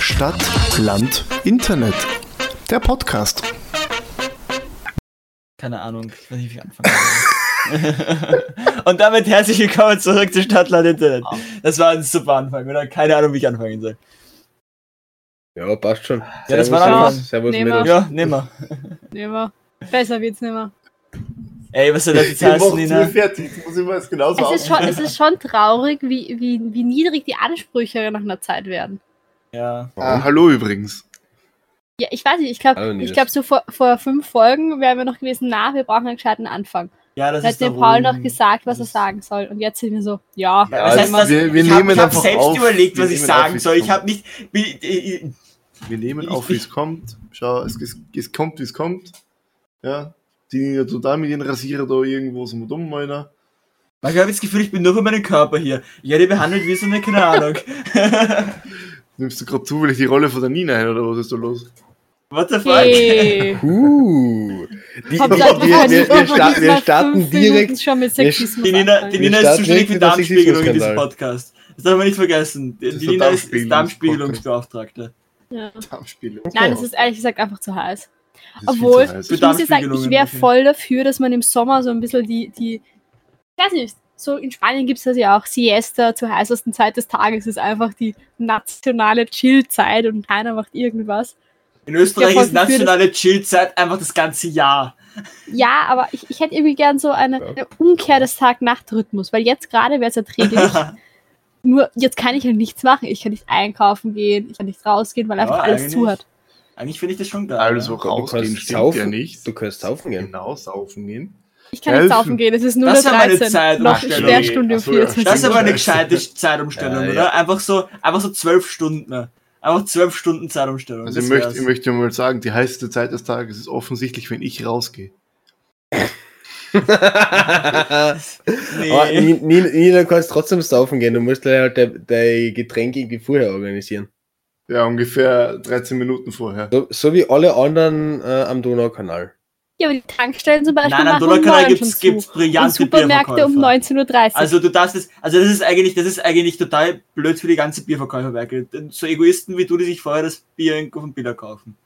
Stadt, Land, Internet. Der Podcast. Keine Ahnung, ich weiß nicht, wie ich anfangen soll. Und damit herzlich willkommen zurück zu Stadtland Internet. Ah. Das war ein super Anfang, oder? Keine Ahnung, wie ich anfangen soll. Ja, passt schon. Ah. Ja, das war Servus, der Jungs. Anfang. Servus, Nehmen Mädels. Ja, nimm mal. Nimmer. Besser wird's nimmer. Ey, was soll das jetzt heißen, Nina? fertig, muss immer jetzt genauso Es ist schon, es ist schon traurig, wie, wie, wie niedrig die Ansprüche nach einer Zeit werden. Ja. Ah, hallo übrigens. Ja, ich weiß nicht, ich glaube, Hallo, Nils. ich glaube, so vor, vor fünf Folgen wären wir noch gewesen, na, wir brauchen einen gescheiten Anfang. ja, das Da ist hat dem doch Paul ruhig. noch gesagt, was er Das- sagen soll. Und jetzt sind wir so, ja, Ja, das heißt, was, Also wir- wir ich hab- nehmen ich hab einfach selbst auf, überlegt, was wir ich nehmen sagen auf, soll. wie es Ich habe nicht. wie- äh, äh, Wir nehmen Ich- auf, wie es kommt. Schau, es, es, es kommt, wie es kommt. Ja. Die sind ja total mit den Rasierer da irgendwo so dumm, meiner. Ich habe das Gefühl, ich bin nur für meinen Körper hier. Ich werde behandelt wie so eine, keine Ahnung. Nimmst du gerade zufällig die Rolle von der Nina ein oder was ist da los? What the fuck? okay. Uh, die, die, Hauptsache, wir, wir, wir, versuchen starten, wir diesmal starten fünf Minuten direkt. schon mit wir- Sexismus. Die Nina, anfangen. die Wir Nina ist starten zuständig für direkt mit dem Darmspiegelung in diesem Sexismus-Skandal. Podcast. Das darf man nicht vergessen. Die ist die der Nina ist, ist Darmspiegelungs- Darmspiegelungsbeauftragte. ja. Darmspiele. Nein, das ist ehrlich gesagt einfach zu heiß. Das ist Obwohl, viel zu heiß. Für ich muss jetzt sagen, ich Darmspiegelungen, wäre okay. voll dafür, dass man im Sommer so ein bisschen die, die ich weiß nicht, so in Spanien gibt es das ja auch, Siesta zur heißesten Zeit des Tages ist einfach die nationale Chill-Zeit und keiner macht irgendwas. In Österreich Ja, voll ist nationale Chillzeit einfach das ganze Jahr. Ja, aber ich, ich hätte irgendwie gern so eine, Ja. eine Umkehr des Tag-Nacht-Rhythmus, weil jetzt gerade wäre es erträglich. Nur jetzt kann ich halt nichts machen. Ich kann nicht einkaufen gehen, ich kann nicht rausgehen, weil Ja, einfach alles zu eigentlich. hat. Eigentlich finde ich das schon geil. Alles, wo ja. rausgehen, kannst stimmt saufen. ja nicht. Du kannst saufen gehen. Genau, saufen gehen. Ich kann nicht Helfen. saufen gehen, es ist nur Das der wär meine 13. noch Zeitumstellung. Sperrstunde um Ach so, ja, 24 Das ist aber eine Scheiße. gescheite Zeitumstellung, Ja, ja. oder? Einfach so, einfach so zwölf Stunden. ne? Einfach zwölf Stunden Zeitumstellung. Also ich Das möchte, wär's. ich möchte mal sagen, die heißeste Zeit des Tages ist offensichtlich, wenn ich rausgehe. Genau. Nee. Aber Ni- Ni- Nina, du kannst trotzdem saufen gehen. Du musst halt de- dein Getränk irgendwie vorher organisieren. Ja, ungefähr 13 Minuten vorher. So, so wie alle anderen äh, am Donaukanal. Ja, aber die Tankstellen zum Beispiel Nein, am machen um Donaukanal 9 gibt schon es zu. Und brillante Supermärkte um Bierverkäufer. 19.30 Uhr. Also du darfst es, also das ist eigentlich, das ist eigentlich total blöd für die ganze Bierverkäuferwerke. So Egoisten wie du, die sich vorher das Bier irgendwo vom Biller kaufen.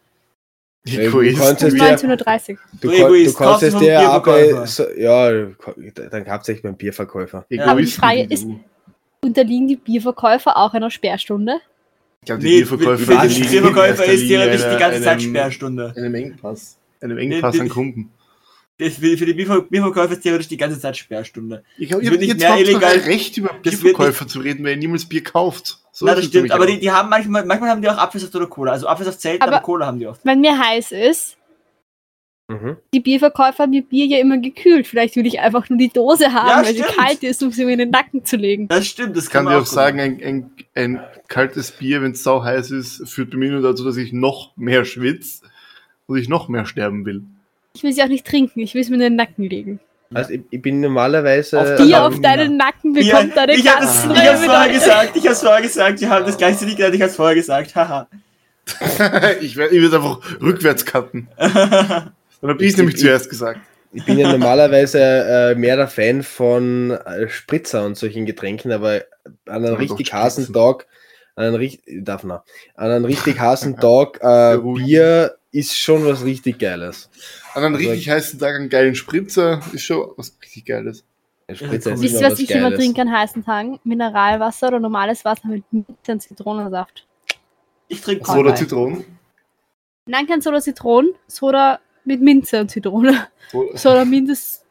Ja, du Egoisten. kannst um es wie- dir- 19.30 Uhr. Du, Du kann- du Egoist, kaufst kannst es vom dir auch bei, Bierverkäufer. so, ja, du kann- dann gab es echt beim Bierverkäufer. Egoisten Aber die Frage wie du. ist- Unterliegen die Bierverkäufer auch einer Sperrstunde? ich glaube, Nee, für die den liegen Bierverkäufer ist dir nicht die ganze Zeit Sperrstunde. Einem Engpass. Einem Engpass Den- an den- Kunden. Das, für für den Bierver Bierverkäufer ist theoretisch die ganze Zeit Sperrstunde. Ich glaube, Das ihr habt wird nicht jetzt mehr habt ihr illegal. ein Recht, über wird Bierverkäufer zu reden, wenn ihr niemals Bier kauft. So Na, ist das es stimmt, nämlich aber auch. die, die haben manchmal, manchmal haben die auch Apfelsaft oder Cola. Also Apfelsaft selten, aber, Aber- Cola haben die oft. Wenn mir heiß ist, Mhm. die Bierverkäufer haben ihr Bier ja immer gekühlt. Vielleicht will ich einfach nur die Dose haben, Ja, weil stimmt. sie kalt ist, um sie mir in den Nacken zu legen. Das stimmt, das Ich kann kann, dir man auch sagen, ein, ein, ein kaltes Bier, wenn es sau heiß ist, führt bei mir nur dazu, dass ich noch mehr schwitze und ich noch mehr sterben will. Ich will sie auch nicht trinken, ich will sie mir in den Nacken legen. Also ich, ich bin normalerweise. Auf ähm, Bier Dann- auf deinen Nacken Bier- bekommt deine ich habe es ganzen ich hab's Leben vorher an. gesagt, ich habe es vorher gesagt, wir haben das gleichzeitig gesagt, ich habe es vorher gesagt, haha. ich werde ich werd einfach rückwärts cutten. Dann habe ich es nämlich zuerst gesagt. Ich bin ja normalerweise äh, mehr der Fan von äh, Spritzer und solchen Getränken, aber an einem Aber doch richtig Spritzen. heißen Tag, an einem richtig, darf man, an einem richtig heißen Tag äh, Heroin. Bier ist schon was richtig Geiles. An einem Also- richtig heißen Tag einen geilen Spritzer ist schon was richtig Geiles. Spritzer ist Wisst immer ihr, was was ich immer Geiles. trinke an heißen Tagen? Mineralwasser oder normales Wasser mit ein bisschen Zitronensaft. Ich trinke So, oder Cola. Zitronen. Nein, kein Soda Zitronen, Soda mit Minze und Zitrone. So, Soda Mindes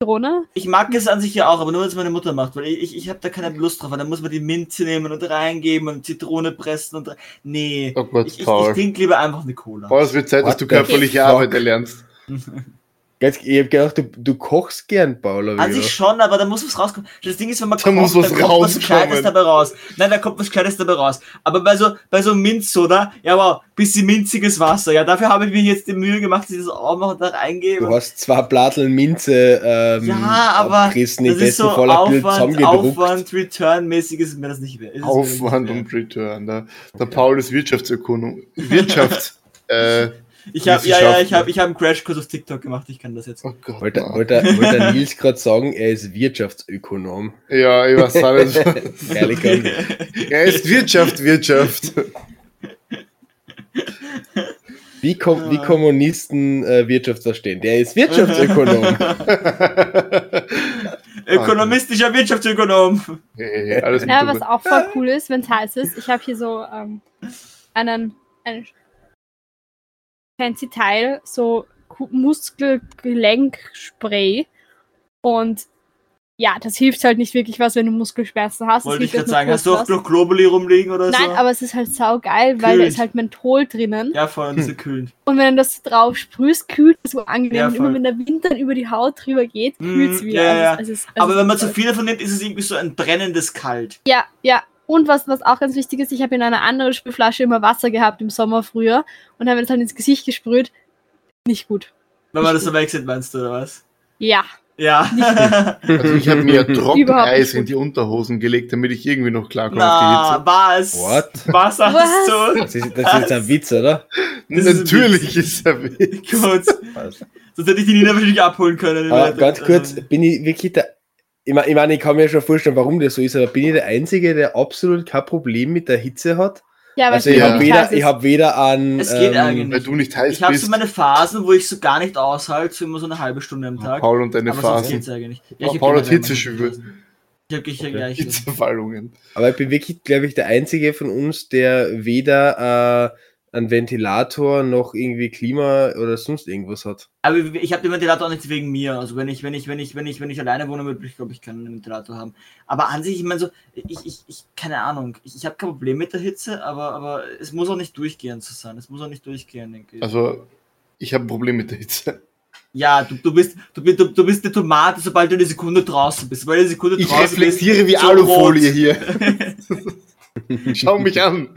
Zitrone. Ich mag es an sich ja auch, aber nur wenn es meine Mutter macht, weil ich, ich habe da keine Lust drauf. Und dann muss man die Minze nehmen und reingeben und Zitrone pressen und. re- Nee. oh Gott, Ich, ich, ich Paul. trinke lieber einfach eine Cola. Paul, es wird Zeit, dass What du the körperliche fuck? Arbeit erlernst. Jetzt, ich habe gedacht, du, du kochst gern, Paula. An sich schon, aber da muss was rauskommen. Das Ding ist, wenn man Da muss was kommt was rauskommen. Gescheites dabei raus. Nein, da kommt was Gescheites dabei raus. Aber bei so, bei so Minzsoda, ja wow, bisschen minziges Wasser. Ja, dafür habe ich mir jetzt die Mühe gemacht, dass ich das auch noch da reingebe. Du hast zwei Blattl Minze ähm, Ja, aber abgerissen, im das ist besten so Fall ein Bild Aufwand, zusammengedruckt. Aufwand, Return-mäßig ist mir das nicht wert. Ist es mir nicht Aufwand wert. und Return. Der, der Paul ist Wirtschaftsökonom. Wirtschaft. äh, Ich habe ja, ja, Wissenschaft, ich habe ich hab einen Crashkurs auf TikTok gemacht, ich kann das jetzt. oh Gott. Wollte, Mann. wollte, wollte der Nils gerade sagen, er ist Wirtschaftsökonom. Ja, ich weiß auch nicht. Geile Kombi. Er ist Wirtschaft, Wirtschaft. Wie, Kom wie Kommunisten äh, Wirtschaft verstehen. Der ist Wirtschaftsökonom. Ökonomistischer Wirtschaftsökonom. Hey, hey, alles Ja, gut, was Junge. auch voll cool ist, wenn es heiß ist. Ich habe hier so ähm, einen, einen fancy Teil, so Ku- Muskelgelenkspray. Und ja, das hilft halt nicht wirklich was, wenn du Muskelschmerzen hast. Es Wollte ich hilft gerade sagen, halt nur hast du auch kurz noch Globuli rumliegen oder was. so? Nein, aber es ist halt saugeil, weil da Kühlt. ist halt Menthol drinnen. Ja, vor allem Hm. zu kühlen. Und wenn du das so drauf sprühst, kühlt es so angenehm. Ja, Und voll. immer wenn der Wind dann über die Haut drüber geht, Mm, kühlt es wieder. ja, ja. Also es ist- also es Aber ist wenn man toll. zu viel davon nimmt, ist es irgendwie so ein brennendes Kalt. Ja, ja. Und was, was auch ganz wichtig ist, ich habe in einer anderen Sprühflasche immer Wasser gehabt im Sommer früher und habe mir das halt ins Gesicht gesprüht. Nicht gut. Wenn man das so wechselt, meinst du, oder was? Ja. Ja. Also ich habe mir Trockeneis Überhaupt in die Unterhosen gelegt, damit ich irgendwie noch klarkomme Na, was? What? Was sagst du? Das ist, das ist jetzt ein Witz, oder? auf die das ist Hitze. ein Natürlich ist er weh. Gut. Was? Sonst hätte ich die Nina wahrscheinlich abholen können. Aber Leute. Ah, ganz kurz, Also, bin ich wirklich der. Ich meine, ich, mein, ich kann mir schon vorstellen, warum das so ist, aber bin ich der Einzige, der absolut kein Problem mit der Hitze hat? Ja, Also, es ich ja. habe wirklich weder, heiß ist. ich hab weder an. ähm, Es geht eigentlich. Weil du nicht heiß Ich habe so bist, meine Phasen, wo ich so gar nicht aushalte, so immer so eine halbe Stunde am Tag. Ah, Paul und deine aber sonst Phasen. geht's eigentlich. Oh, hab Paul hat generell Hitzeschübe. manchmal Phasen. Ich habe ich hab Okay. gleich. Hitzewallungen. Aber ich bin wirklich, glaube ich, der Einzige von uns, der weder äh, einen Ventilator noch irgendwie Klima oder sonst irgendwas hat. Aber ich habe den Ventilator auch nicht wegen mir. Also wenn ich, wenn ich, wenn ich, wenn ich, wenn ich alleine wohne, würde ich glaube ich keinen Ventilator haben. Aber an sich, ich meine so, ich, ich, ich, keine Ahnung. Ich, ich habe kein Problem mit der Hitze, aber, aber es muss auch nicht durchgehend so sein. Es muss auch nicht durchgehend, denke ich. Also ich habe ein Problem mit der Hitze. ja, du, du bist, du, bist- du, du bist eine Tomate, sobald du eine Sekunde draußen bist. Sobald du eine Sekunde Ich draußen reflektiere wie so Alufolie rot. hier. Schau mich an.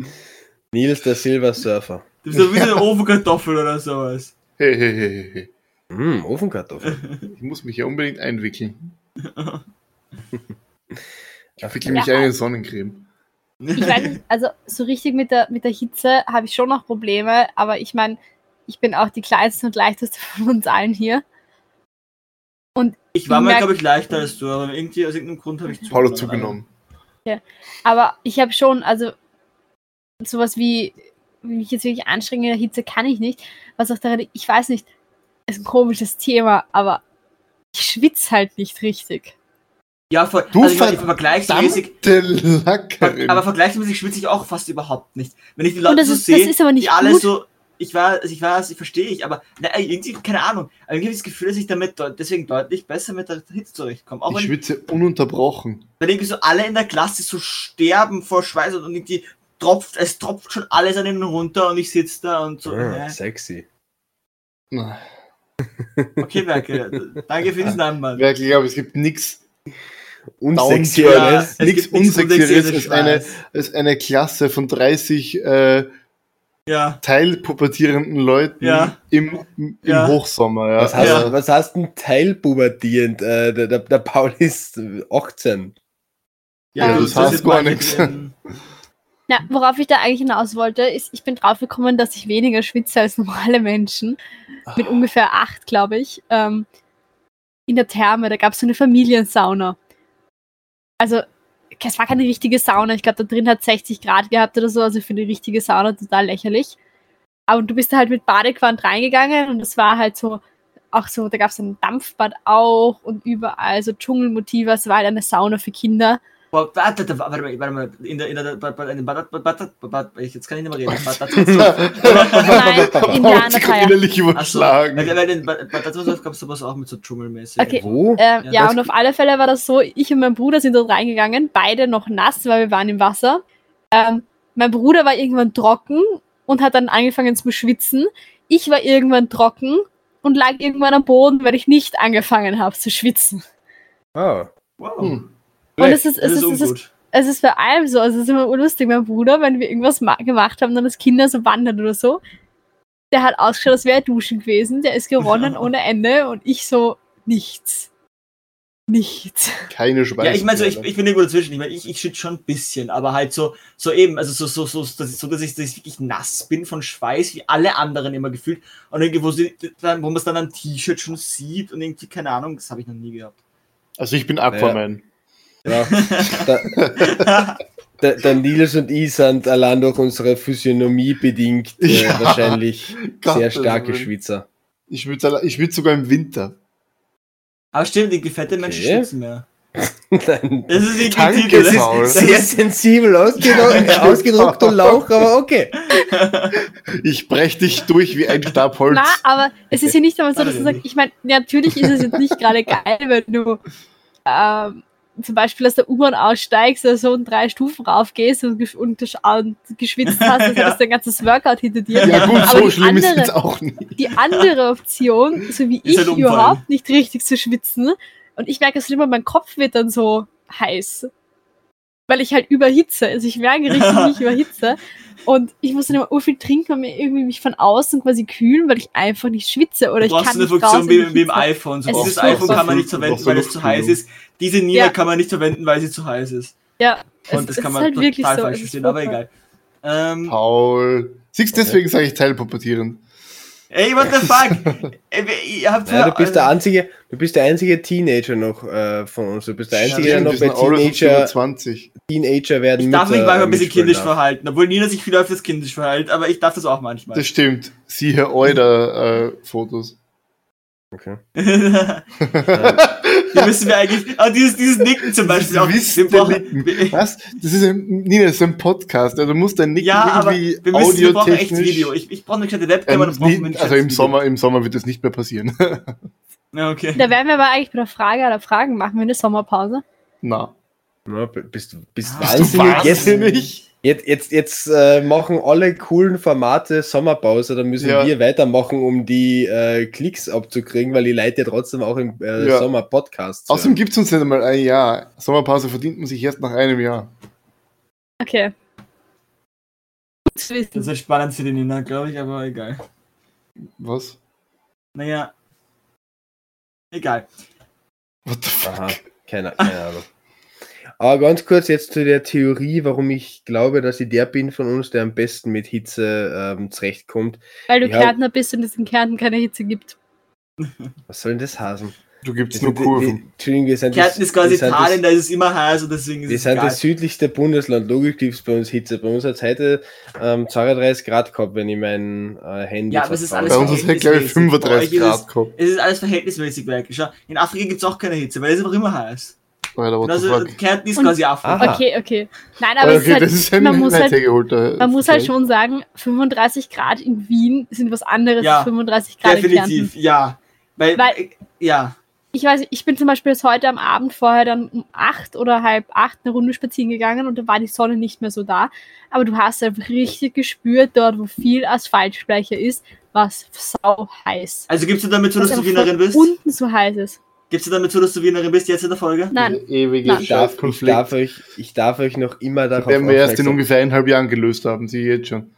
Nils, der Silver Surfer. bist, du bist wie so eine Ofenkartoffel oder sowas. Hey, hey, hey, hey. Hm, Ofenkartoffeln. Ich muss mich ja unbedingt einwickeln. Ich wickel Ja. mich ein in Sonnencreme. Ich weiß nicht, also so richtig mit der, mit der Hitze habe ich schon noch Probleme, aber ich meine, ich bin auch die kleinste und leichteste von uns allen hier. Ich war Ich mal, merk- glaube ich, leichter als du, aber irgendwie aus irgendeinem Grund habe ich Paul hat zugenommen. Aber ich habe schon, also sowas wie mich jetzt wirklich anstrengen in der Hitze kann ich nicht. Was auch daran, liegt, ich weiß nicht, ist ein komisches Thema, aber ich schwitze halt nicht richtig. Ja, voll. Du also ich, mein, verdammt- vergleichsmäßig, Verdammte Ver- Lackerin. Aber vergleichsmäßig schwitze ich auch fast überhaupt nicht. Wenn ich die Leute Und das so ist- sehe, das ist aber nicht die alle gut. so, ich war, also ich war, ich verstehe ich, aber na, irgendwie, keine Ahnung. Aber irgendwie habe ich das Gefühl, dass ich damit deut- deswegen deutlich besser mit der Hitze zurechtkomme. Auch ich wenn, schwitze ununterbrochen. wenn irgendwie so alle in der Klasse so sterben vor Schweiß und irgendwie tropft, es tropft schon alles an ihnen runter und ich sitze da und Äh, so. Ah, hä? sexy. Na, Okay, Werke, danke für diesen Einwand. Wirklich, ich glaube, es gibt nichts Unsexuelles. Ja. nichts gibt nichts Unsexieres Unsexieres als eine- Schweiß. als eine Klasse von 30 äh, Ja, teilpubertierenden Leuten Ja. im, im Ja. Hochsommer. Ja. Was heißt, also, Ja. was heißt denn teilpubertierend? Äh, der, der, der Paul ist 18. Ja, gut, das heißt sind gar manche nichts. drin. Na, worauf ich da eigentlich hinaus wollte, ist, ich bin draufgekommen, dass ich weniger schwitze als normale Menschen. Mit ungefähr acht, glaube ich. Ähm, in der Therme, da gab es so eine Familiensauna. Also, es war keine richtige Sauna. Ich glaube, da drin hat 60 Grad gehabt oder so. Also für eine richtige Sauna total lächerlich. Aber du bist da halt mit Badequant reingegangen und es war halt so, auch so, da gab es ein Dampfbad auch und überall so Dschungelmotive. Es war halt eine Sauna für Kinder. Boah, Warte, warte, warte mal, warte mal, in der, in der, bei- bei- in der, bei- bei- bei- bei- bei- ich- jetzt kann ich nicht mehr reden. Bei- das- Nein, Paul sich Indianerfeier. innerlich Achso, überschlagen. weil- weil in- bei- bei- dazu gab es sowas auch mit so Dschungelmäßig. Okay. Wo? Ähm, Ja, ja, das- und auf alle Fälle war das so, ich und mein Bruder sind dort reingegangen, beide noch nass, weil wir waren im Wasser. Ähm, mein Bruder war irgendwann trocken und hat dann angefangen zu schwitzen. Ich war irgendwann trocken und lag irgendwann am Boden, weil ich nicht angefangen habe zu schwitzen. Ah, Wow. Hm. Und es ist, Das es ist ist, es ist, ungut. es ist bei allem so, also es ist immer lustig, mein Bruder, wenn wir irgendwas ma- gemacht haben, dann als Kinder so wandern oder so, der hat ausgeschaut, als wäre er duschen gewesen, der ist geronnen ohne Ende und ich so, nichts. Nichts. Keine Schweiß. Ja, ich meine so, ich, ich bin irgendwo dazwischen. Ich meine, ich, ich schütze schon ein bisschen, aber halt so, so eben, also so, so, so, dass ich, so, dass ich, dass ich wirklich nass bin von Schweiß, wie alle anderen immer gefühlt. Und irgendwo, sie- dann- wo man es dann am T-Shirt schon sieht und irgendwie, keine Ahnung, das habe ich noch nie gehabt. also ich bin Aquaman. ja. da, Da, da Nils und ich sind allein durch unsere Physiognomie bedingt äh, Ja. wahrscheinlich sehr Gottes starke Willen. Schwitzer. Ich schwitze alle- ich schwitze sogar im Winter. Aber stimmt, die gefette Menschen Okay. schwitzen mehr. Nein, Das ist irgendwie Danke, typisch, das oder? ist- Paul. Das sehr ist- sensibel ausgedruckt, äh, ausgedruckt und Lauch, aber okay. Ich brech dich durch wie ein Stab Holz. Na, aber es ist ja nicht einmal so, dass du Warte. sagst, ich meine, natürlich ist es jetzt nicht gerade geil, wenn du ähm, zum Beispiel aus der U-Bahn aussteigst oder so und drei Stufen raufgehst und, gesch und, gesch und geschwitzt hast, dann Ja. hast du dein ganzes Workout hinter dir. ja gut, aber so die schlimm ist andere- jetzt auch nicht. Die andere Option, so wie Ist ich halt umfallen. überhaupt nicht richtig zu schwitzen, und ich merke es immer, mein Kopf wird dann so heiß. Weil ich halt überhitze. Also ich merke richtig, wie ich überhitze. Und ich muss dann immer urviel trinken und mir irgendwie mich von außen quasi kühlen, weil ich einfach nicht schwitze. Oder Du ich brauchst kann eine nicht Funktion draußen in wie, die wie im Hitze. iPhone. So, Es dieses ist iPhone furchtbar. kann man nicht verwenden, Noch so weil es zu heiß Luftbildung. ist. Diese Niere Ja. kann man nicht verwenden, weil sie zu heiß ist. Ja, Und es, das es kann ist man halt wirklich total so. falsch Es ist verstehen, aber furchtbar. egal. Ähm, Paul. Siehst du, Okay. deswegen sage ich Teilpubertieren. ey, what the fuck? ey, ihr habt Ja, du, bist der äh, einzige, du bist der einzige Teenager noch äh, von uns. Du bist der Einzige, Ja, der stimmt, noch wir bei sind alle so Teenager, 20. Teenager werden Ich darf mich Mütter, manchmal äh, ein bisschen mitspielen kindisch lassen. verhalten, obwohl Nina sich viel öfters kindisch verhält, aber ich darf das auch manchmal. Das stimmt. Siehe äh, Euder-Fotos. Okay. Hier müssen wir eigentlich. Ah, dieses, dieses Nicken zum Beispiel auch. Wissen Wir brauchen, Nicken. wir, Was? Das ist ein, Nina, das ist ein Podcast. Also du musst dein Nicken ja, aber irgendwie wir, müssen, wir brauchen echt audiotechnisch- Video. Ich, ich brauche eine kleine Ähm, Webcam, aber dann brauchen wir ein nie- also im Video. Sommer, im Sommer wird das nicht mehr passieren. Ja, okay. Da wären wir aber eigentlich bei der Frage oder Fragen, machen wir eine Sommerpause. Na, Also Na, b- bist du bist Ah, bist du wahnsinnig. Jetzt, wahnsinnig? jetzt, jetzt, jetzt äh, machen alle coolen Formate Sommerpause, dann müssen Ja. wir weitermachen, um die äh, Klicks abzukriegen, weil die Leute ja trotzdem auch im äh, Ja. Sommer Podcasts. Außerdem gibt es uns nicht einmal ein Jahr. Sommerpause verdient man sich erst nach einem Jahr. Okay. Gut zu Das wissen. ist spannend für die Nina, glaube ich, aber egal. Was? Naja. Egal. What the fuck? Aha, keine, keine Ahnung. Aber ganz kurz jetzt zu der Theorie, warum ich glaube, dass ich der bin von uns, der am besten mit Hitze ähm, zurechtkommt. Weil du Ja. Kärntner bist und es in Kärnten keine Hitze gibt. Was soll denn das hasen? Du gibst Wir nur sind die- Kurven. die- Entschuldigung, wir sind die- Kärnten ist quasi wir sind Italien, das- da ist es immer heiß und deswegen ist Wir es sind egal. das südlichste Bundesland. Logisch gibt es bei uns Hitze. Bei uns hat es heute ähm, 32 Grad gehabt, wenn ich mein äh, Handy Ja, aber es ist vertraue. alles Bei uns ist es, glaube ich, verhältnismäßig. Bei 35 euch ist Grad gehabt. Es ist alles verhältnismäßig weg. Schau, in Afrika gibt es auch keine Hitze, weil es ist einfach immer heiß. Alter, Und what the also fuck? Äh, Kärnten ist Und- quasi Afrika. Aha. Okay, okay. Nein, aber es ist okay, halt, das ist ein man muss weit halt- hergeholter Man muss halt Vergleich. schon sagen, 35 Grad in Wien sind was anderes Ja, als 35 Grad in Definitiv, Kärnten. ja. Weil, äh, Weil- ja. Ich weiß, ich bin zum Beispiel jetzt heute am Abend vorher dann um 8 oder halb 8 eine Runde spazieren gegangen und da war die Sonne nicht mehr so da. Aber du hast einfach richtig gespürt, dort wo viel Asphaltspeicher ist, was sau heiß. Also gibst du damit zu, Was dass du einfach von Wienerin bist? Unten so heiß ist. Gibst du damit zu, dass du Wienerin bist jetzt in der Folge? Nein, Ewige Nein. Ich darf, ich, Konflikt. darf euch, ich darf euch noch immer darauf werden wir erst in aufmerksam, ich ungefähr eineinhalb Jahren gelöst haben, sie jetzt schon.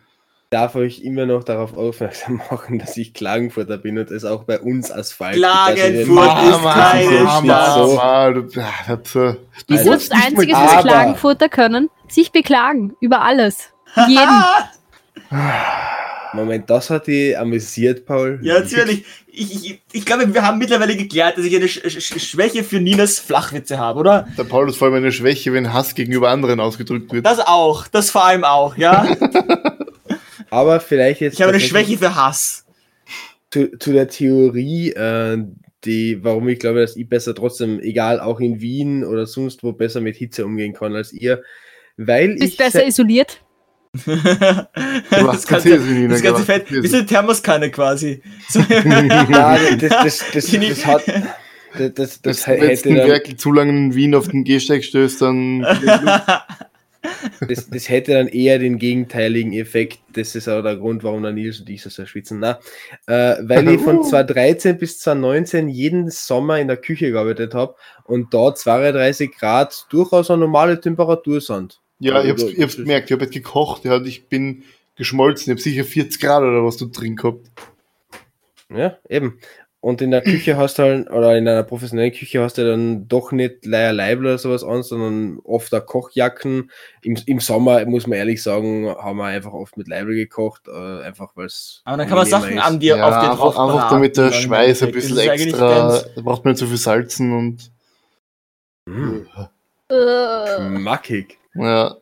darf euch immer noch darauf aufmerksam machen, dass ich Klagenfurter bin und es auch bei uns Asphalt gibt. Klagenfurt Also, ist keine Mama, Stadt. so. Mama, du, ah, das, äh, du Also- das wolltest ist das nicht mal Einzige, gehen. was Aber- Klagenfurter können, sich beklagen über alles. Jeden. Moment, das hat dich amüsiert, Paul. Ja, natürlich. Ich, ich, ich glaube, wir haben mittlerweile geklärt, dass ich eine Sch Sch Schwäche für Ninas Flachwitze habe, oder? Der Paulus vor allem eine Schwäche, wenn Hass gegenüber anderen ausgedrückt wird. Das auch. Das vor allem auch, ja? Aber vielleicht jetzt. Ich habe eine tatsächlich- Schwäche für Hass. zu, zu der Theorie, äh, die, warum ich glaube, dass ich besser trotzdem, egal auch in Wien oder sonst wo, besser mit Hitze umgehen kann als ihr. Weil Bist ich. besser isoliert. das hast These, ganze, Nina, das gemacht. ganze Fett. These. Wie so eine Thermoskanne quasi. So, Nein, das, das, das, Die- das hat. Das, das, das, Wenn hätte letzten dann, Werkel zu lange in Wien auf den Gehsteig stößt, dann das, das hätte dann eher den gegenteiligen Effekt. Das ist auch der Grund, warum der Nils und ich so sehr schwitzen. Na, äh, weil ich von 2013 bis 2019 jeden Sommer in der Küche gearbeitet habe und dort 32 Grad durchaus eine normale Temperatur sind. Ja, ich hab's, Also, ich hab's das- gemerkt, ich hab halt gekocht, ja, und ich bin geschmolzen, ich hab sicher 40 Grad oder was du drin gehabt. Ja, eben. Und in der Küche hast du halt, oder in einer professionellen Küche hast du dann doch nicht Leier Leibl oder sowas an, sondern oft auch Kochjacken. Im, Im Sommer, muss man ehrlich sagen, haben wir einfach oft mit Leibl gekocht, äh, einfach weil es. Aber dann kann man Sachen angenehmer an ist. dir auf dir einfach, drauf einfach braten, damit der dann im Schweiß ein Endeffekt. bisschen Das ist eigentlich extra, ganz- da braucht man nicht so viel Salzen und Mm, Äh, Hm, Schmackig. ja,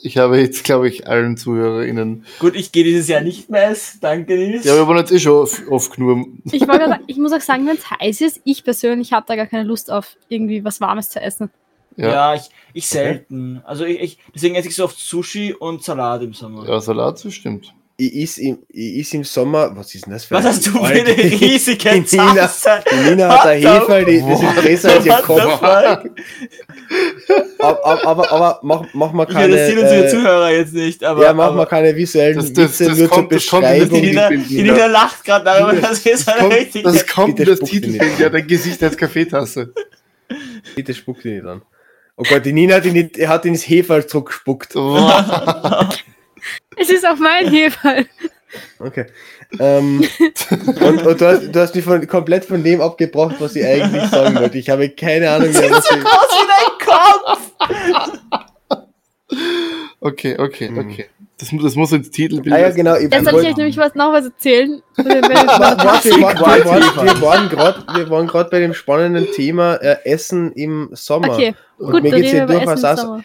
Ich habe jetzt, glaube ich, allen ZuhörerInnen. Gut, ich gehe dieses Jahr nicht mehr essen. Danke, Nils. Ja, wir waren jetzt eh schon auf- oft nur. Ich, wollt grad sagen, ich muss auch sagen, wenn es heiß ist, ich persönlich habe da gar keine Lust auf irgendwie was Warmes zu essen. Ja. Ja, ich, ich selten. Also ich, ich, deswegen esse ich so oft Sushi und Salat im Sommer. Ja, Salat, das stimmt. Ich is im, ich is im Sommer, was ist denn das für Was ein- hast du für Alter. eine riesige Die Nina- Tasse? Die Nina hat ein What the- Hefe, die, das ist besser als ihr Kopf. What the fuck? Aber, aber, aber mach, mach mal Ich meine, keine, das sehen unsere äh, Zuhörer jetzt nicht, aber, ja, mach mal aber keine visuellen Das- das- Witze, das nur zur kommt- das kommt in das die, Beschreibung. Ding- Nina, Bild, die Nina. Nina lacht gerade darüber, dass wir so eine Kommt, richtige... das kommt in Bitte das spuck die Titelbild, nicht ja, an. dein Gesicht als Kaffeetasse. Bitte spuck die nicht an. Oh Gott, die Nina hat ihn, nicht- hat ihn ins Hefe zurückgespuckt. Boah. Es ist auch mein Hefe. Okay. Ähm, und und du, hast, du hast mich von, komplett von dem abgebracht, was ich eigentlich sagen wollte. Ich habe keine Ahnung mehr, was ich. Raus wie dein Kopf! Okay, okay, Mhm. okay. Das, mu- das muss ins Titelbild. Ah ja, genau. Ich Jetzt soll ich euch nämlich was noch was erzählen. Warte, warte, warte, warte, wir waren grad- wir waren gerade bei dem spannenden Thema äh, Essen im Sommer. Okay, Und gut, mir dann geht's ja reden wir über durchaus Essen im aus- Sommer.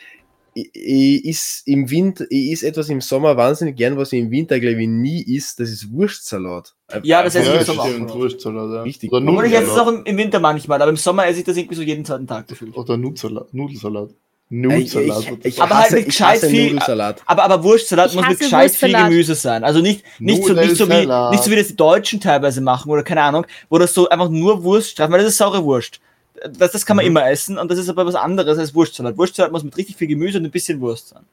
Ich, ich is im Winter, ich is etwas im Sommer wahnsinnig gern, was ich im Winter glaube ich nie isst, das ist Wurstsalat. Äh, Ja, das esse ich ja, im Sommer stimmt, auch. Wurstsalat. Ja. Richtig. Oder Obwohl ich jetzt Nudelsalat. auch im, im Winter manchmal, aber im Sommer esse ich das irgendwie so jeden zweiten Tag gefühlt. Oder Nudelsalat. Nudelsalat. ich, ich, Nudelsalat. ich, ich Aber halt hasse, mit ich hasse gescheit viel- Nudelsalat. Aber, aber Wurstsalat Ich muss mit hasse gescheit viel Wurstsalat. Gemüse sein. Also nicht, nicht, so, nicht, so wie, Nudelsalat. nicht so wie das die Deutschen teilweise machen oder keine Ahnung, wo das so einfach nur Wurststreifen, weil das ist saure Wurst. Das, das kann man Mhm. immer essen und das ist aber was anderes als Wurstsalat. Wurstsalat muss mit richtig viel Gemüse und ein bisschen Wurst sein.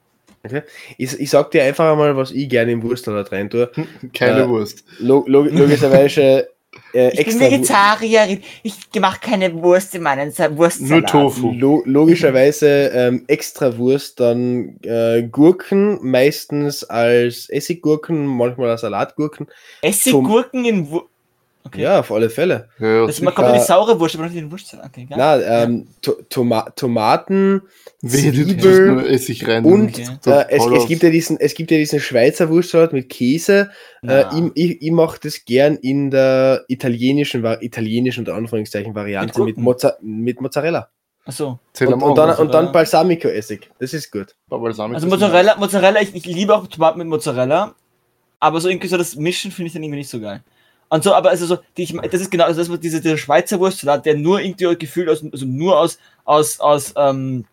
Ich, ich sag dir einfach einmal, was ich gerne im Wurstsalat rein tue. Keine Äh, Wurst. Log, log, logischerweise äh, extra Vegetarierin. Ich mache keine Wurst in meinen Wurstsalat. Nur Tofu. Lo logischerweise ähm, extra Wurst, dann äh, Gurken, meistens als Essiggurken, manchmal als Salatgurken. Essiggurken in Wurst. Okay. Ja, auf alle Fälle. Ja, Das ja, man kommt ja Äh, die saure Wurst, aber nicht den Wurstsalat. Okay, ja. Na, ähm, To- Toma Tomaten Wedel, du tust Zwiebel nur Essig rein. und Okay. äh, es, Voll es, auf. gibt ja diesen, es gibt ja diesen Schweizer Wurstsalat mit Käse. Äh, ich ich, ich mache das gern in der italienischen, Va- italienischen unter Anführungszeichen Variante mit, Gurken? Mozza mit Mozzarella. Achso. Zähl am Und, und dann, Auge. und dann Balsamico-Essig. Das ist gut. Balsamico Also ist Mozzarella, Mozzarella, ich, ich liebe auch Tomaten mit Mozzarella, aber so irgendwie so das Mischen finde ich dann irgendwie nicht so geil. Und so, aber also so, die ich, das ist genau, also das was diese, dieser Schweizer Wurstsalat, der nur irgendwie gefühlt aus, also nur aus, aus, aus, ähm,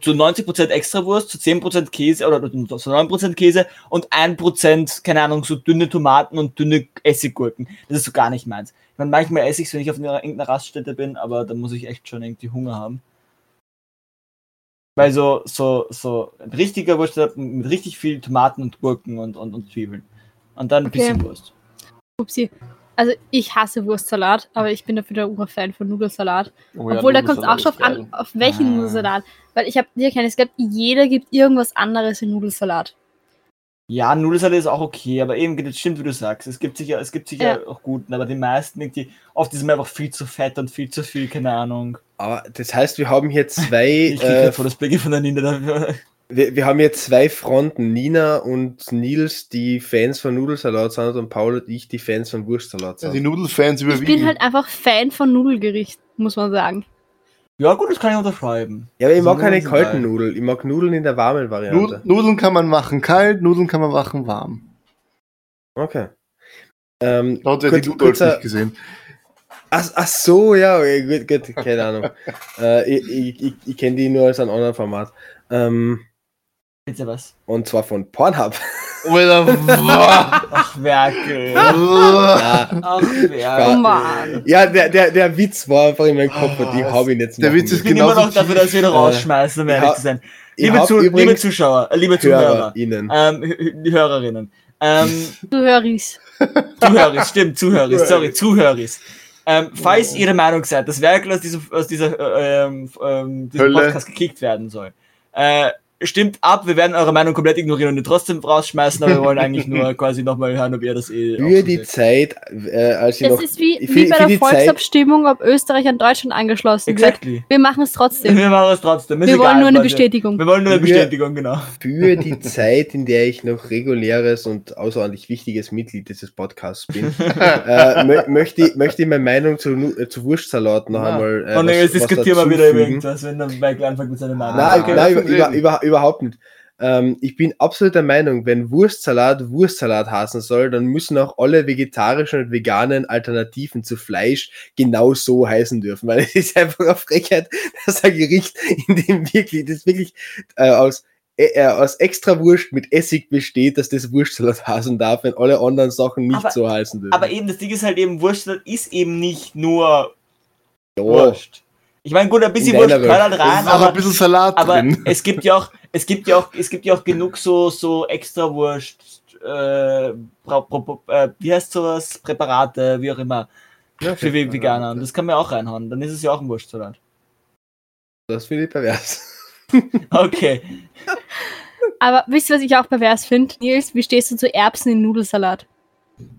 zu 90% Extrawurst, zu 10% Käse oder zu 9% Käse und 1%, keine Ahnung, so dünne Tomaten und dünne Essiggurken. Das ist so gar nicht meins. Ich meine, manchmal esse ich es, wenn ich auf einer, irgendeiner Raststätte bin, aber da muss ich echt schon irgendwie Hunger haben. Weil so, so, so ein richtiger Wurstsalat mit richtig viel Tomaten und Gurken und, und, und Zwiebeln. Und dann ein Okay. bisschen Wurst. Upsi. Also ich hasse Wurstsalat, aber ich bin dafür der Urfan von Nudelsalat. nice. Oh ja, Obwohl, da kommt es auch Nudelsalat schon ist geil. an, auf welchen Ah. Nudelsalat. Weil ich habe dir keine, es gibt, jeder gibt irgendwas anderes in Nudelsalat. Ja, Nudelsalat ist auch okay, aber eben, das stimmt, wie du sagst. Es gibt sicher, es gibt sicher auch guten, aber die meisten irgendwie, oft ist mir einfach viel zu fett und viel zu viel, keine Ahnung. Aber das heißt, wir haben hier zwei Ich krieg äh, grad voll das Blicke von der Nina dafür. Wir, wir haben hier zwei Fronten, Nina und Nils, die Fans von Nudelsalat sind und Paul und ich, die Fans von Wurstsalat Ja, sind. die Nudelfans Ich überwiegen. bin halt einfach Fan von Nudelgerichten, muss man sagen. Ja, gut, das kann ich unterschreiben. ja, aber ich Also mag keine Nudeln sind kalten geil. Nudeln, ich mag Nudeln in der warmen Nud- Variante. Nudeln kann man machen kalt, Nudeln kann man machen warm. Okay. Ähm, Da hat ja kurz- die Ludolf kurzer- nicht gesehen. ach, ach so, ja, okay, gut, gut, keine Ahnung. äh, ich ich, ich, ich kenne die nur als ein anderes Format. Ähm, Bitte was? und zwar von Pornhub. Oder Ach, Werkel. ja, Ach, Oh Werkel. Mann. Ah, ja der, der, der Witz war einfach in meinem Kopf Ah, und ich habe ihn jetzt Der machen Witz ist Ich müssen. bin immer Genauso noch dafür, dass wir ihn tief, äh, rausschmeißen, um ich ehrlich hab- zu sein. Ich Liebe, hab Zu, liebe übrigens Zuschauer, äh, liebe Zuhörer, HörerInnen. ähm, H- H- Hörerinnen, ähm, Du hörst. Zuhörer, stimmt, Zuhörer, sorry, Zuhörer. Ähm, Oh. falls ihr der Meinung seid, dass Werkel aus, diesem, aus dieser, äh, ähm, ähm, diesem Hölle. Podcast gekickt werden soll, äh, stimmt ab, wir werden eure Meinung komplett ignorieren und ihn trotzdem rausschmeißen, aber wir wollen eigentlich nur quasi nochmal hören, ob ihr das eh. auch Für so die seht. Zeit, äh, als ich Es noch ist wie, ich wie find- bei find der die Zeit- Volksabstimmung, ob Österreich an Deutschland angeschlossen wird. Exactly. Wir machen es trotzdem. Wir machen es trotzdem. ist Wir wollen egal, nur eine Leute. Bestätigung. Wir wollen nur eine Wir- Bestätigung, genau. für die Zeit, in der ich noch reguläres und außerordentlich wichtiges Mitglied dieses Podcasts bin, äh, mö möchte, ich- möchte ich meine Meinung zu, Nu- äh, zu Wurstsalat noch Na. einmal. Äh, und was- Oh jetzt was diskutieren wir wieder über dazufügen. irgendwas, wenn der Michael anfängt mit seiner Meinung. Nein, Ah, nein lassen über, über, reden. über, überhaupt nicht. Ähm, ich bin absolut der Meinung, wenn Wurstsalat Wurstsalat heißen soll, dann müssen auch alle vegetarischen und veganen Alternativen zu Fleisch genau so heißen dürfen, weil es ist einfach eine Frechheit, dass ein Gericht, in dem wirklich, das wirklich äh, aus äh, aus extra Wurst mit Essig besteht, dass das Wurstsalat heißen darf, wenn alle anderen Sachen nicht Aber- so heißen dürfen. Aber eben, das Ding ist halt eben, Wurstsalat ist eben nicht nur Ja. Wurst. Ich meine, gut, ein bisschen Oh. In Wurst deiner Welt. gehört halt Es rein, ist auch ein aber, bisschen Salat aber drin. es gibt ja auch, es gibt ja auch, es gibt ja auch genug so, so extra Wurst, äh, Pra- Pro- Pro- äh, wie heißt sowas, Präparate, wie auch immer, Ja, für Präparate. Veganer. Und das kann man ja auch reinhauen, dann ist es ja auch ein Wurstsalat. Das finde ich pervers. Okay. Aber wisst ihr, was ich auch pervers finde? Nils, wie stehst du zu Erbsen in Nudelsalat?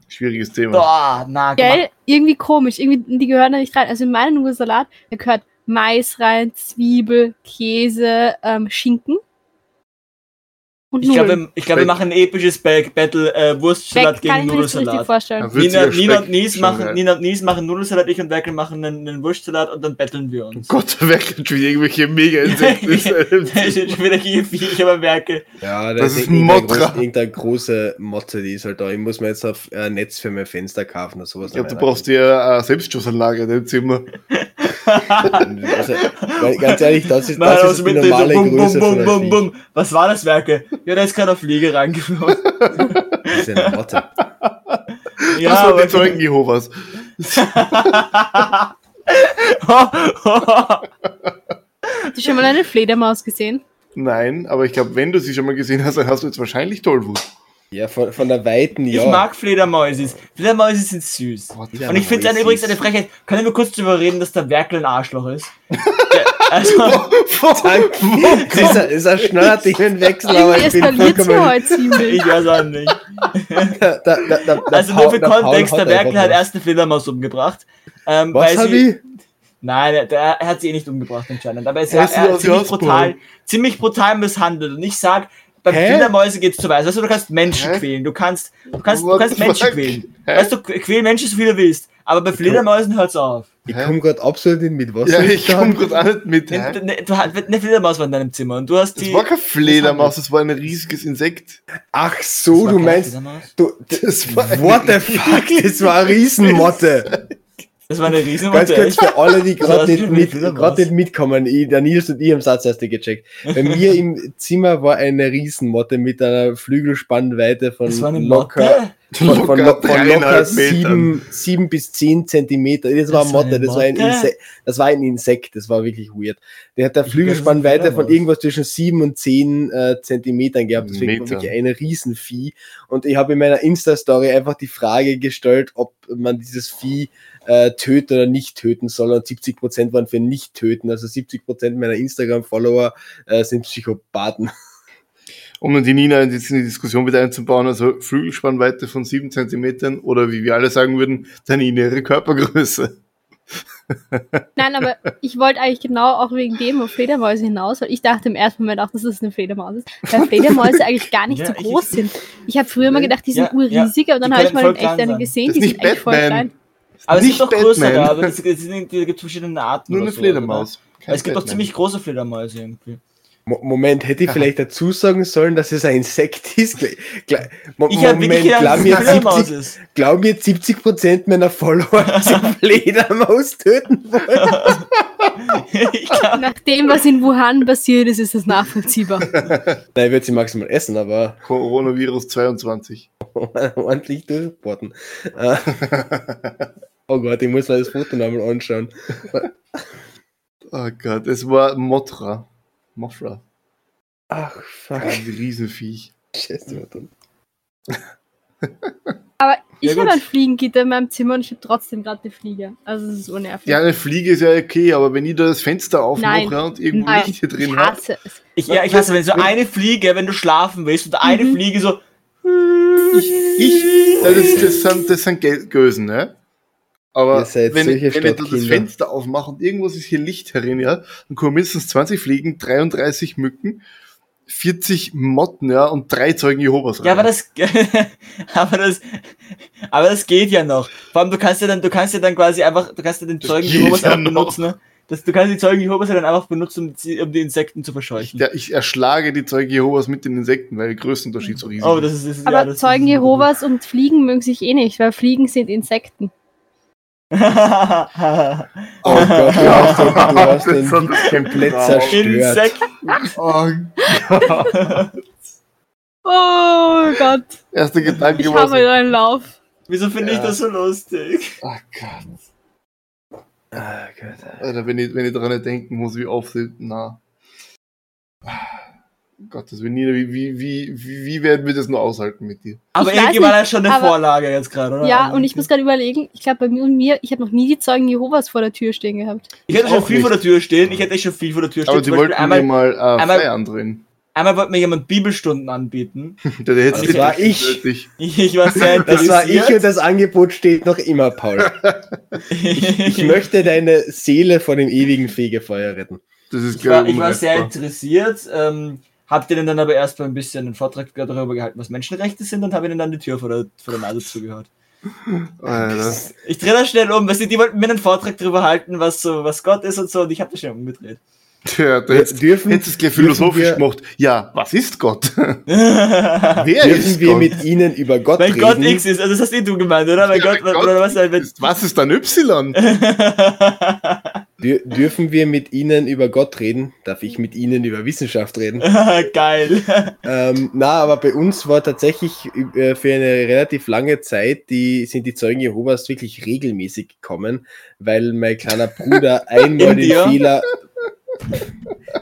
Schwieriges Thema. Boah, na, Gell? Irgendwie komisch. Irgendwie, die gehören da nicht rein. Also in meinen Nudelsalat, da gehört Mais rein, Zwiebel, Käse, ähm, Schinken. Und Ich Nudeln. glaube, ich glaube, wir machen ein episches Back Battle äh, Speck Wurstsalat kann gegen ich mir nicht so richtig Nudelsalat. vorstellen. Würziger Nina, Nina, Speck, und Nies schon machen, geil. Nina und Nies machen Nudelsalat, ich und Werkel machen einen, einen Wurstsalat und dann betteln wir Oh uns. Gott, da werken schon wieder irgendwelche Mega-Insekten. Das ist schon wieder Viecher beim Werkel. Ja, Das ist ein irgendeine, Motra. große, irgendeine große Motte, die ist halt da. Ich muss mir jetzt auf äh, Netz für mein Fenster kaufen oder sowas. Ich glaube, du brauchst dir eine Selbstschussanlage in deinem Zimmer. Also, weil, ganz ehrlich, das ist, Nein, das aus ist die mit so normale bum, bum, Größe bum, von bum, einem Viech. bum. Was war das, Werkel? Ja, da ist gerade eine Fliege reingeflogen. Das ist eine Motte. Ja, das ja, waren die Zeugen Jehovas. aber... Hast du schon mal eine Fledermaus gesehen? Nein, aber ich glaube, wenn du sie schon mal gesehen hast, dann hast du jetzt wahrscheinlich Tollwut. Ja, von, von der Weiten, ja. Oh, Ich mag Fledermäuses. Fledermäuse sind süß. Dieser Und ich finde es Mäusis. übrigens eine Frechheit. Können wir kurz darüber reden, dass der Werkel ein Arschloch ist? Ja, also, Danke. Es ist ein- es ist ein schneller Themenwechsel, aber Irgendwie ich bin eskaliert sie vollkommen... heute ziemlich. ich weiß auch nicht. Da, da, da, da, Also nur für Kontext, der Werkel hat erst eine Fledermaus umgebracht. Ähm, Was weil hab sie, ich? Nein, er, der, er hat sie eh nicht umgebracht anscheinend. Aber es, Er er ist ist sie ja aus ziemlich Jaspers. brutal, ziemlich brutal misshandelt. Und ich sag, bei Hä? Fledermäuse geht's zu weit. Weißt du, du kannst Menschen Hä? quälen. Du kannst, du kannst, du What kannst the Menschen fuck? quälen. Hä? Weißt du, quäl Menschen so viel du willst. Aber bei Fledermäusen hört's auf. Ich Hä? komme gerade absolut nicht mit. Was Ja, hab ich da? komme kurz auch nicht mit. Ne- Hä? ne- Du hast eine Fledermaus war in deinem Zimmer und du hast Das die. war keine Fledermaus, das war ein riesiges Insekt. Ach Das so, war du keine meinst... Fledermaus. Du, Das war What the fuck, das war eine Riesenmotte. Das war eine riesen Ganz kurz für alle, die Das war gerade nicht, schon mit, wieder grad was. nicht mitkommen. Ich, der Nils und ich haben Satz erst nicht gecheckt. Bei mir im Zimmer war eine Riesenmotte mit einer Flügelspannweite von Das war eine locker, Motte. von, von, lo- von locker dreieinhalb Metern. sieben, sieben bis zehn Zentimeter. Das, war eine Motte, das war ein Insekt. Das war ein Insekt, das war wirklich weird. Der hat Ich glaub, eine das ist ein Flügelspannweite von Fledermaus. irgendwas zwischen sieben und zehn äh, Zentimetern gehabt. Deswegen war Meter. wirklich eine Riesenvieh. Und ich habe in meiner Insta-Story einfach die Frage gestellt, ob man dieses Vieh äh, töten oder nicht töten soll. Und 70 Prozent waren für nicht töten. Also 70 Prozent meiner Instagram-Follower äh, sind Psychopathen. Um nun die Nina jetzt in die Diskussion mit einzubauen, also Flügelspannweite von 7 cm oder wie wir alle sagen würden, deine innere Körpergröße. Nein, aber ich wollte eigentlich genau auch wegen dem auf Fledermäuse hinaus, weil ich dachte im ersten Moment auch, dass es eine Fledermaus ist, weil Fledermäuse eigentlich gar nicht Ja, so ich- groß sind. Ich habe früher immer gedacht, die sind Ja, urriesig, aber dann die habe ich können mal voll in echt klein eine sein. gesehen, Das die ist sind nicht eigentlich voll Batman. klein. Aber es Nicht gibt doch Batman. größere, aber es, es sind, da gibt verschiedene Arten. Nur oder eine so, Fledermaus. Oder? Kein Es gibt doch Batman. ziemlich große Fledermäuse irgendwie. Mo Moment, hätte ich vielleicht dazu sagen sollen, dass es ein Insekt ist? Gle- gle- Oh, Mo Ich habe wirklich Moment, gedacht, glaub dass es mir, eine Fledermaus 70, ist. glaub mir 70 Prozent meiner Follower sind Fledermaus töten wollen. Ich glaub, Nach dem, was in Wuhan passiert ist, ist das nachvollziehbar. Nein, ich würde sie maximal essen, aber Coronavirus 22. ordentlich durchbotten. Äh, oh Gott, ich muss mir das Foto nochmal anschauen. Oh Gott, es war Mothra. Mothra. Ach, fuck. Ein Riesenviech. Scheiße, Mann. Aber ich gut. habe ein Fliegengitter in meinem Zimmer und ich habe trotzdem gerade eine Fliege. Also es ist unnervig. Ja, eine Fliege ist ja okay, aber wenn ich da das Fenster aufmache Nein. und irgendwo Nein, Licht hier ich drin habe, hasse es. ich, ja, ich hasse, wenn so eine Fliege, wenn du schlafen willst und eine Mhm. Fliege so. ich, das, ist, das sind, das sind Gel- Gösen, ne? Aber Ihr seid wenn, ich- wenn solche ich da das Stadtkinder. Fenster aufmache und irgendwas ist hier Licht herin, ja, dann kommen mindestens 20 Fliegen, 33 Mücken, 40 Motten, ja, und drei Zeugen Jehovas. Ja, rein. aber das, aber das, aber das geht ja noch. Vor allem, du kannst ja dann, du kannst ja dann quasi einfach, du kannst ja den Zeugen geht Jehovas ja auch noch. benutzen. ne? Das, du kannst die Zeugen Jehovas ja dann einfach benutzen, um die, um die Insekten zu verscheuchen. Ja, ich erschlage die Zeugen Jehovas mit den Insekten, weil der Größenunterschied so riesig oh, ist. das ist, das ist ja, Aber das Zeugen ist, Jehovas und Fliegen mögen sich eh nicht, weil Fliegen sind Insekten. Oh Gott, du hast den, du Das hast den hat das komplett Wow. zerstört. Insekten. Oh Oh Gott, Erster Gedanke ich war habe so, wieder einen Lauf. Wieso finde ich Ja. das so lustig? oh Gott. Ah, Gott. Alter, wenn ich, wenn ich daran nicht denken muss, wie oft, na. Gottes Willen, Nina, wie, wie, wie, wie wie werden wir das nur aushalten mit dir? Aber weiß irgendwie war nicht, das schon eine aber- Vorlage jetzt gerade, oder? Ja, Also, und ich muss gerade überlegen, ich glaube bei mir und mir, ich habe noch nie die Zeugen Jehovas vor der Tür stehen gehabt. Ich hätte Ich schon auch viel vor der Tür stehen. Ich hätte echt schon viel vor der Tür stehen. Aber die Zum wollten Beispiel mir einmal, mal äh, einmal- Flyer andrehen. einmal wollte mir jemand Bibelstunden anbieten. Der, der hätte Das Also war ich. Nötig. Ich war sehr Das war ich und interessiert. das Angebot steht noch immer, Paul. Ich möchte deine Seele vor dem ewigen Fegefeuer retten. Das ist Ich war, geil. ich war sehr interessiert, ähm, hab denen dann aber erst mal ein bisschen einen Vortrag darüber gehalten, was Menschenrechte sind und habe ihnen dann die Tür vor der, vor der Nase zugehört. Alter. Ich drehe das schnell um, weil sie, die wollten mir einen Vortrag darüber halten, was so, was Gott ist und so, und ich habe das schnell umgedreht. Tja, da Wir hättest dürfen, hättest du es gleich dürfen philosophisch wir- gemacht. Ja, was ist Gott? Weil Wer Dürfen ist wir Gott? mit ihnen über Gott reden? Gott X ist, also das hast eh du gemeint, oder? Weil Gott, Gott oder was halt, ist, was ist dann Y? wenn. Dür dürfen wir mit ihnen über Gott reden? Darf ich mit ihnen über Wissenschaft reden? Geil. Ähm, na, aber bei uns war tatsächlich äh, für eine relativ lange Zeit, die sind die Zeugen Jehovas wirklich regelmäßig gekommen, weil mein kleiner Bruder einmal den India? Fehler,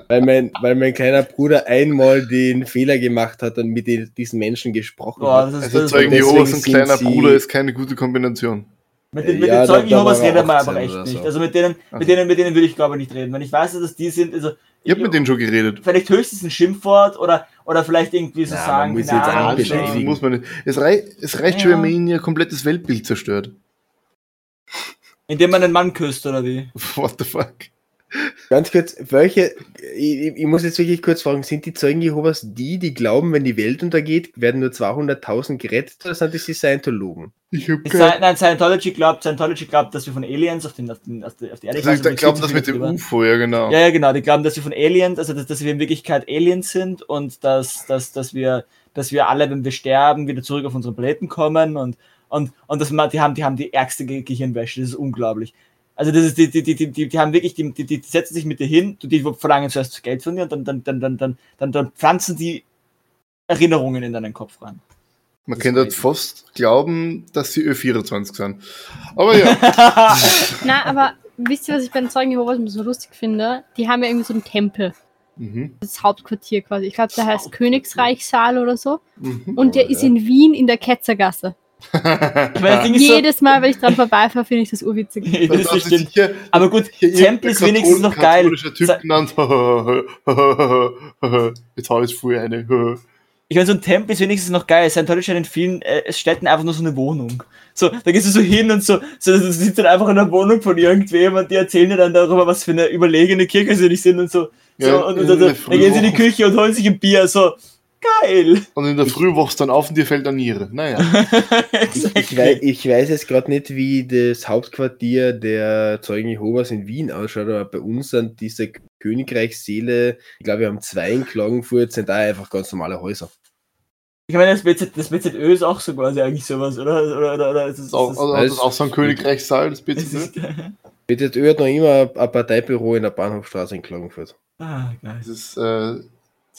weil mein, weil mein kleiner Bruder einmal den Fehler gemacht hat und mit den, diesen Menschen gesprochen Boah, hat. das ist, Also das Zeugen ist deswegen Jehovas und sind kleiner sie- Bruder ist keine gute Kombination. mit den, mit Ja, den da- Zeugen da Jehovas waren wir redet man aber 18 echt oder nicht. so. Also mit denen, Also. mit denen, mit denen würde ich glaube ich nicht reden. Wenn ich weiß, dass die sind, also Ich hab mit denen schon geredet. vielleicht höchstens ein Schimpfwort oder, oder vielleicht irgendwie so Na, man sagen, muss keine jetzt Ahnung, auch nicht so- Nein, beleidigen. Ah, also, muss man nicht. Es, rei es reicht schon, wenn man ihnen ihr komplettes Weltbild zerstört. indem man einen Mann küsst oder wie. What the fuck? Ganz kurz, welche, ich, ich muss jetzt wirklich kurz fragen, sind die Zeugen Jehovas die, die glauben, wenn die Welt untergeht, werden nur 200.000 gerettet oder sind das die Scientologen? Ich hab Ist keine Sci- Nein, Scientology glaubt, Scientology glaubt, dass wir von Aliens auf, den, auf, den, auf, die, auf die Erde Also ich sind. glaube, das mit dem Drüber. UFO, ja genau. Ja, ja, genau. Die glauben, dass wir von Aliens, also dass, dass wir in Wirklichkeit Aliens sind und dass, dass, dass, wir, dass wir alle, wenn wir sterben, wieder zurück auf unseren Planeten kommen und, und, und das, ma- die, haben, die haben die ärgste Ge- Gehirnwäsche. Das ist unglaublich. Also das ist, die, die, die, die, die, die haben wirklich, die, die, die setzen sich mit dir hin, die die verlangen zuerst Geld von dir und dann, dann, dann, dann, dann, dann, dann pflanzen die Erinnerungen in deinen Kopf rein. Man Das könnte weiß ich. fast glauben, dass sie Ö24 sind. Aber ja, Na, aber wisst ihr, was ich bei den Zeugen Jehovas immer so lustig finde? Die haben ja irgendwie so einen Tempel, mhm. das Hauptquartier quasi. Ich glaube, der Das heißt Hauptquartier. Oh, Königsreichssaal oder so. Mhm. Und der ist in Wien in der Ketzergasse. Ich meine, das Ding ist so, Jedes Mal, wenn ich dran vorbeifahre, finde ich das urwitzig. Das das ist stimmt. sicher, Aber gut, sicher Tempel ist irgendein wenigstens noch geil. katholischer Typ Sa- genannt. Jetzt hau ich früher eine. Ich meine, so ein Tempel ist wenigstens noch geil. Scientology hat in vielen äh, Städten einfach nur so eine Wohnung. So, da gehst du so hin und so, so du sitzt dann einfach in der Wohnung von irgendwem und die erzählen dir dann darüber, was für eine überlegene Kirche sie nicht sind und so. so Ja, und, in und, und, der dann gehen sie in die Frühwoche. Küche und holen sich ein Bier. So, geil. Und in der Früh wachst dann auf und dir fällt eine Niere. Naja. Ich weiß, ich weiß jetzt gerade nicht, wie das Hauptquartier der Zeugen Jehovas in Wien ausschaut, aber bei uns sind diese Königreichsseele, ich glaube, wir haben zwei in Klagenfurt, sind da einfach ganz normale Häuser. Ich meine, das, BZ, das BZÖ ist auch so quasi eigentlich sowas, oder? Oder, oder, oder ist Das es, ist auch, ist also, das ist auch so ein Königreichssaal, das ne? es, BZÖ. ist es, BZÖ hat noch immer ein Parteibüro in der Bahnhofstraße in Klagenfurt. ah, geil. Das ist äh,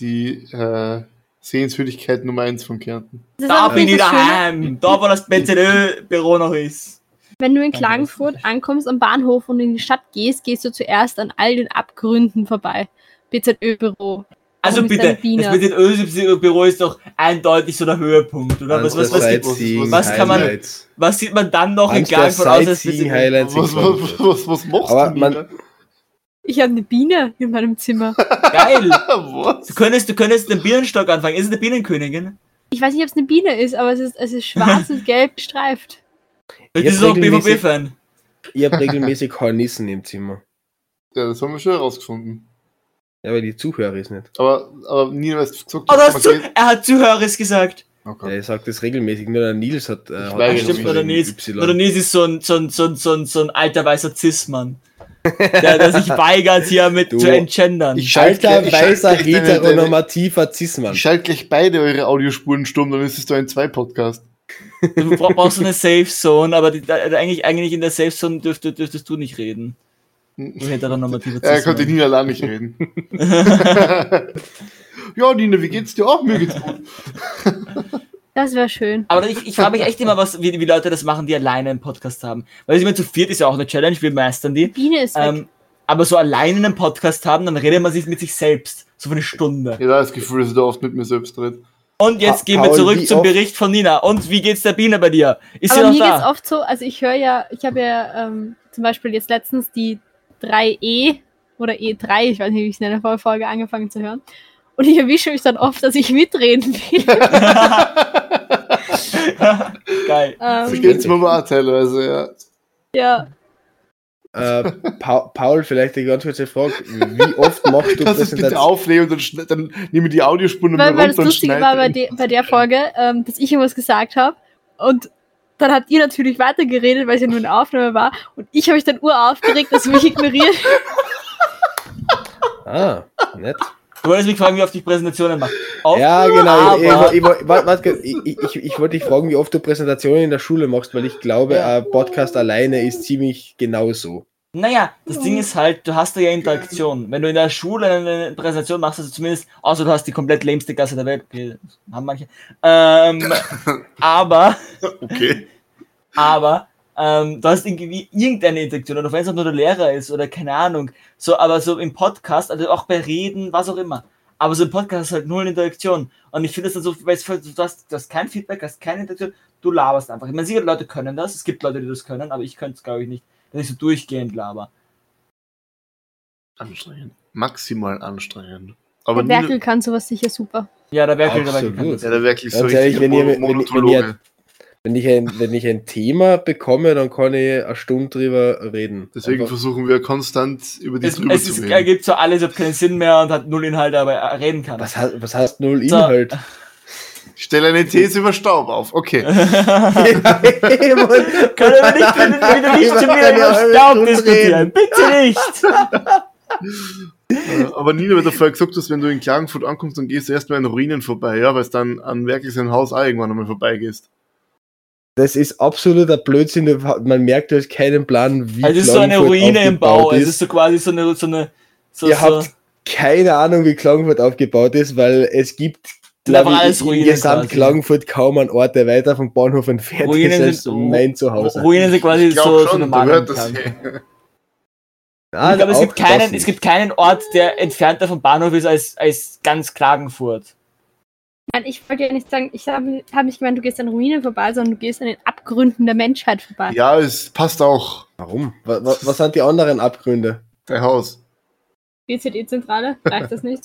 die äh, Sehenswürdigkeit Nummer eins von Kärnten. Das ist Da auch bin nicht ich das Schöne, daheim. Da, wo das BZÖ-Büro noch ist. wenn du Danke, in das Klagenfurt ist- ankommst am Bahnhof und in die Stadt gehst, gehst du zuerst an all den Abgründen vorbei. BZÖ-Büro. Also Warum ist bitte, dann Wiener? das mit den Ölbüro ist doch eindeutig so der Höhepunkt, oder? Was, was, was, Andererseits- sieht, was kann man- was sieht man dann noch in Eines Klagenfurt der aus? als bitte- Sightseeing-Highlights in Was, was, Klagenfurt. was, was machst Aber du? man- Nina? Ich habe eine Biene in meinem Zimmer. Geil! was? Du könntest, du könntest den Bienenstock anfangen. Ist es eine Bienenkönigin? Ich weiß nicht, ob es eine Biene ist, aber es ist, es ist schwarz und gelb gestreift. Das Jetzt ist auch regelmäßig- BVB-Fan. Ich habe regelmäßig Hornissen im Zimmer. Ja, das haben wir schon herausgefunden. Ja, weil die Zuhörer ist nicht. Aber, aber Nina hast du gesagt, Oh, du hast man zu, geht- er hat Zuhöreres gesagt. Oh Gott. Der sagt das regelmäßig, nur der Nils hat. Äh, Ich weiß hat Ja, Ja, das stimmt, das mit oder dem Nils. Y. Oder Nils ist so ein, so ein, so ein, so ein, so ein alter weißer Cis-Mann. der, der sich weigert, hier mit Du, zu entgendern. ich schalte Alter, ich schalte weißer, gleich deine- heteronormativer Zismann. Ich schalte gleich beide eure Audiospuren stumm, dann ist es da ein Zwei-Podcast. Du bra- brauchst so eine Safe Zone, aber die, da, eigentlich, eigentlich in der Safe Zone dürfte, dürftest du nicht reden. Du heteronormativer Er konnte Cis-Mann. Nina la nicht reden. ja, Nina, wie geht's dir auch? Mir geht's gut. Das wäre schön. Aber ich, ich frage mich echt immer, was, wie, wie Leute das machen, die alleine einen Podcast haben. Weil ich meine, zu viert ist ja auch eine Challenge, wir meistern die. Biene ist weg. Ähm, aber so alleine einen Podcast haben, dann redet man sich mit sich selbst. So für eine Stunde. Ja, da ist das Gefühl, dass er da oft mit mir selbst redet. Und jetzt Pa- gehen wir Paul, zurück wie zum oft- Bericht von Nina. Und wie geht's der Biene bei dir? Ist sie Aber noch mir geht's da? oft so, also ich höre ja, ich habe ja ähm, zum Beispiel jetzt letztens die 3E oder E3, ich weiß nicht, wie ich es nenne, vor Folge angefangen zu hören. Und ich erwische mich dann oft, dass ich mitreden will. Ähm, Geil. So ähm, geht's mir wahr, teilweise, ja. ja, Äh, pa Paul, vielleicht eine ganz kurze Frage. Wie oft machst du Lass es bitte Präsentationen? aufnehmen und dann, schne- dann nehme ich die Audiospuren weil, nochmal weil das runter und Lustige war bei, schneide. de, bei der Folge, ähm, dass ich irgendwas gesagt habe und dann habt ihr natürlich weitergeredet, weil es ja nur eine Aufnahme war. Und ich habe mich dann uraufgeregt, dass du mich ignoriert. Ah, nett. Du wolltest mich fragen, wie oft ich Präsentationen mache. Oft? Ja, genau. Ich, aber- ich, ich, warte, warte, ich, ich, ich wollte dich fragen, wie oft du Präsentationen in der Schule machst, weil ich glaube, Ja. ein Podcast alleine ist ziemlich genau genauso. Naja, das Ding ist halt, du hast da ja Interaktion. Wenn du in der Schule eine Präsentation machst, also zumindest, außer du hast die komplett lämste Gasse der Welt, okay, haben manche. Ähm, aber, Okay. aber, ähm, du hast irgendwie irgendeine Interaktion, oder wenn es auch nur der Lehrer ist, oder keine Ahnung. So, aber so im Podcast, also auch bei Reden, was auch immer. Aber so im Podcast ist halt null Interaktion. Und ich finde das dann so, weil es- du hast, du hast kein Feedback, hast keine Interaktion, du laberst einfach. Ich meine, sicher, Leute können das, es gibt Leute, die das können, aber ich könnte es, glaube ich, nicht, dass ich so durchgehend laber. Anstrengend. Maximal anstrengend. Aber Der Nina, Werkel kann sowas sicher super. Ja, da wäre viel dabei Absolut. gekommen. ja, der wirklich so Ganz ehrlich, richtige wenn ihr- wenn- wenn Monologe. ihr- Wenn ich ein, wenn ich ein Thema bekomme, dann kann ich eine Stunde drüber reden. Deswegen Einfach- versuchen wir konstant über die Es, drüber es zu ist, reden. ergibt so alles, hat keinen Sinn mehr und hat null Inhalte, aber er reden kann. was, heißt- was heißt null So. Inhalt? Ich stelle eine These über Staub auf. Okay. Können wir nicht bitte, bitte nicht schon wieder über Staub diskutieren? Bitte nicht! Äh, Aber Nina, weil du vorher gesagt hast, wenn du in Klagenfurt ankommst, dann gehst du erstmal in Ruinen vorbei, ja, weil es dann an wirklich sein Haus auch irgendwann einmal vorbeigehst. Das ist absoluter Blödsinn. Man merkt, du hast keinen Plan, wie Also es ist so eine Klagenfurt Ruine im Bau. aufgebaut Es ist so quasi so eine. So eine so, Ihr so, habt keine Ahnung, wie Klagenfurt aufgebaut ist, weil es gibt Sind einfach glaub ich, alles Ruinen in gesamt quasi. Klagenfurt kaum einen Ort, der weiter vom Bahnhof entfernt Ruinen ist als sind Ru- mein Zuhause. Ruinen sind quasi Ich glaub so, so schon, eh. eine da gehört Mahnung. das Ich her. glaube, Nein, Ah, also es auch gibt, keinen, das es gibt keinen Ort, der entfernter vom Bahnhof ist als, als ganz Klagenfurt. Nein, ich wollte ja nicht sagen, ich habe hab nicht gemeint, du gehst an Ruinen vorbei, sondern du gehst an den Abgründen der Menschheit vorbei. Ja, es passt auch. Warum? Wa- wa- was sind die anderen Abgründe? Dein Haus. BZE-Zentrale, reicht das nicht?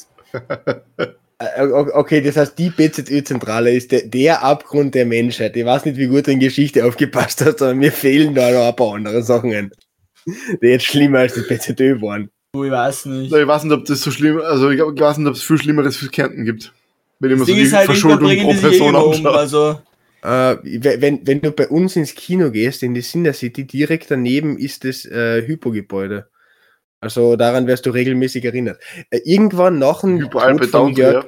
Äh, o- Okay, das heißt, die BZÖ-Zentrale ist der, der Abgrund der Menschheit. Ich weiß nicht, wie gut du in Geschichte aufgepasst hast, aber mir fehlen da noch ein paar andere Sachen, ein, die jetzt schlimmer als die BZÖ waren. Du, ich weiß nicht. Ich weiß nicht, ob das so schlimm, also ich glaub, ich weiß nicht, ob es viel Schlimmeres für Kärnten gibt. Wenn ich mir Das so Ding die ist halt, irgendwann Verschuldung bringen pro die sich eh Person immer um. anschaue. Also, Äh, we- wenn, wenn du bei uns ins Kino gehst, in die Cinder City, direkt daneben ist das äh, Hypo-Gebäude. Also daran wirst du regelmäßig erinnert. Äh, irgendwann nach dem Überall Tod von bedauert Jörg,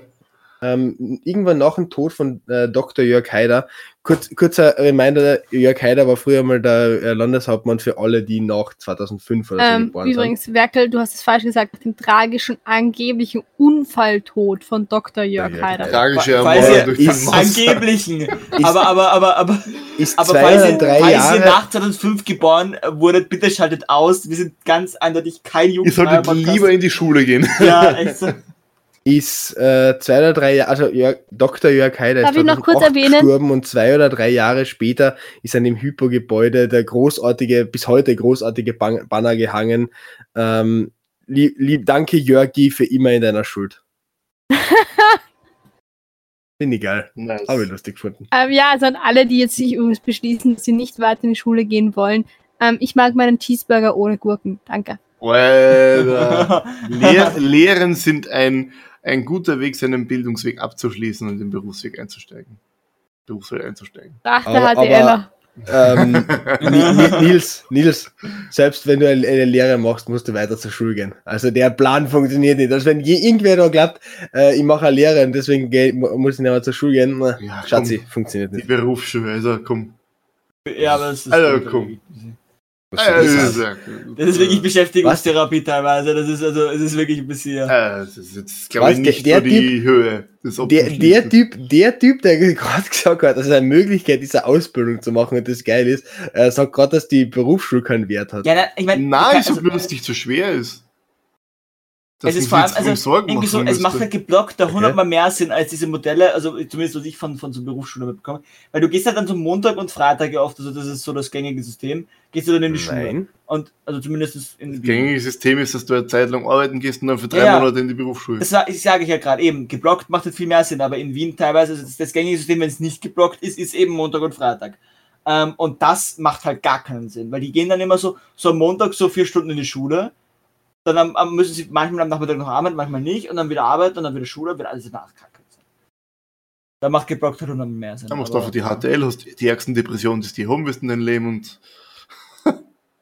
ja. ähm, irgendwann nach dem Tod von äh, Dr. Jörg Haider, kurz, kurzer Reminder, Jörg Haider war früher mal der äh, Landeshauptmann für alle, die nach 2005 oder so Ähm, geboren sind. übrigens, Werkel, du hast es falsch gesagt, nach dem tragischen angeblichen Unfalltod von Dr. Jörg Jörg Haider. Haider. Tragische Weil- weil Ermordung sie- durch den ist- Monster. angeblichen. aber, aber, aber, aber. Ist Aber zwei falls oder ihr, drei falls Jahre ihr nach 2005 geboren wurdet, bitte schaltet aus. Wir sind ganz eindeutig kein Ihr jugendfreier solltet Podcast. lieber in die Schule gehen. ja, echt so. ist äh, zwei oder drei Jahre, also Jörg, Dr. Jörg Haider Darf ist ich noch kurz 2008 erwähnen? gestorben und zwei oder drei Jahre später ist an dem Hypo-Gebäude der großartige, bis heute großartige Ban Banner gehangen. Ähm, lieb, lieb, danke Jörgi für immer in deiner Schuld. Finde ich geil. Habe ich lustig gefunden. Ähm, ja, also an alle, die jetzt sich übrigens beschließen, dass sie nicht weiter in die Schule gehen wollen. Ähm, ich mag meinen Cheeseburger ohne Gurken. Danke. Alter. äh, Lehr Lehren sind ein, ein guter Weg, seinen Bildungsweg abzuschließen und den Berufsweg einzusteigen. Berufsweg einzusteigen. Ach, da Aber- hatte aber- er noch. Ähm, Ni- Ni- Nils, Nils, selbst wenn du eine eine Lehre machst, musst du weiter zur Schule gehen. Also der Plan funktioniert nicht. Also wenn je irgendwer da glaubt, äh, ich mache eine Lehre und deswegen geh, mu- muss ich nicht mehr zur Schule gehen, na, Ja, komm. Schatzi, funktioniert Die nicht. Berufsschule, also komm. Ja, aber das ist. Hallo, gut, Also, komm. Was soll ich sagen? Das ist wirklich Also, Äh, Beschäftigungstherapie teilweise. Das ist also, es ist wirklich ein bisschen. äh, das ist jetzt, glaube ich, Was, der- nicht der nur die Höhe des Der, der Opferschlimmsten. Typ, der Typ, der gerade gesagt hat, dass es eine Möglichkeit ist, eine Ausbildung zu machen und das geil ist, äh, sagt gerade, dass die Berufsschule keinen Wert hat. Ja, nein, ich meine. Nein, so also, blöd, dass es nicht so schwer ist. es ist vor allem, um also, irgendwie so, es macht halt geblockt da Okay. hundertmal mehr Sinn als diese Modelle, also zumindest was ich von, von so Berufsschule mitbekomme. Weil du gehst halt dann so Montag und Freitag ja oft, also das ist so das gängige System, gehst du dann in die Schule. Nein. Und, also zumindest in das gängige System ist, dass du eine Zeit lang arbeiten gehst und dann für drei Ja. Monate in die Berufsschule. Das sa- ich sage ich ja gerade eben, geblockt macht das viel mehr Sinn, aber in Wien teilweise ist es das gängige System, wenn es nicht geblockt ist, ist eben Montag und Freitag. Ähm, und das macht halt gar keinen Sinn, weil die gehen dann immer so, so am Montag so vier Stunden in die Schule, dann am, am müssen sie manchmal am Nachmittag noch arbeiten, manchmal nicht, und dann wieder arbeiten und dann wieder Schule, wird alles immer kacke. Da macht geblockt halt hundertmal mehr Sinn. Dann machst du aber- einfach die HTL, hast die ärgsten Depressionen, die du haben wirst in deinem Leben und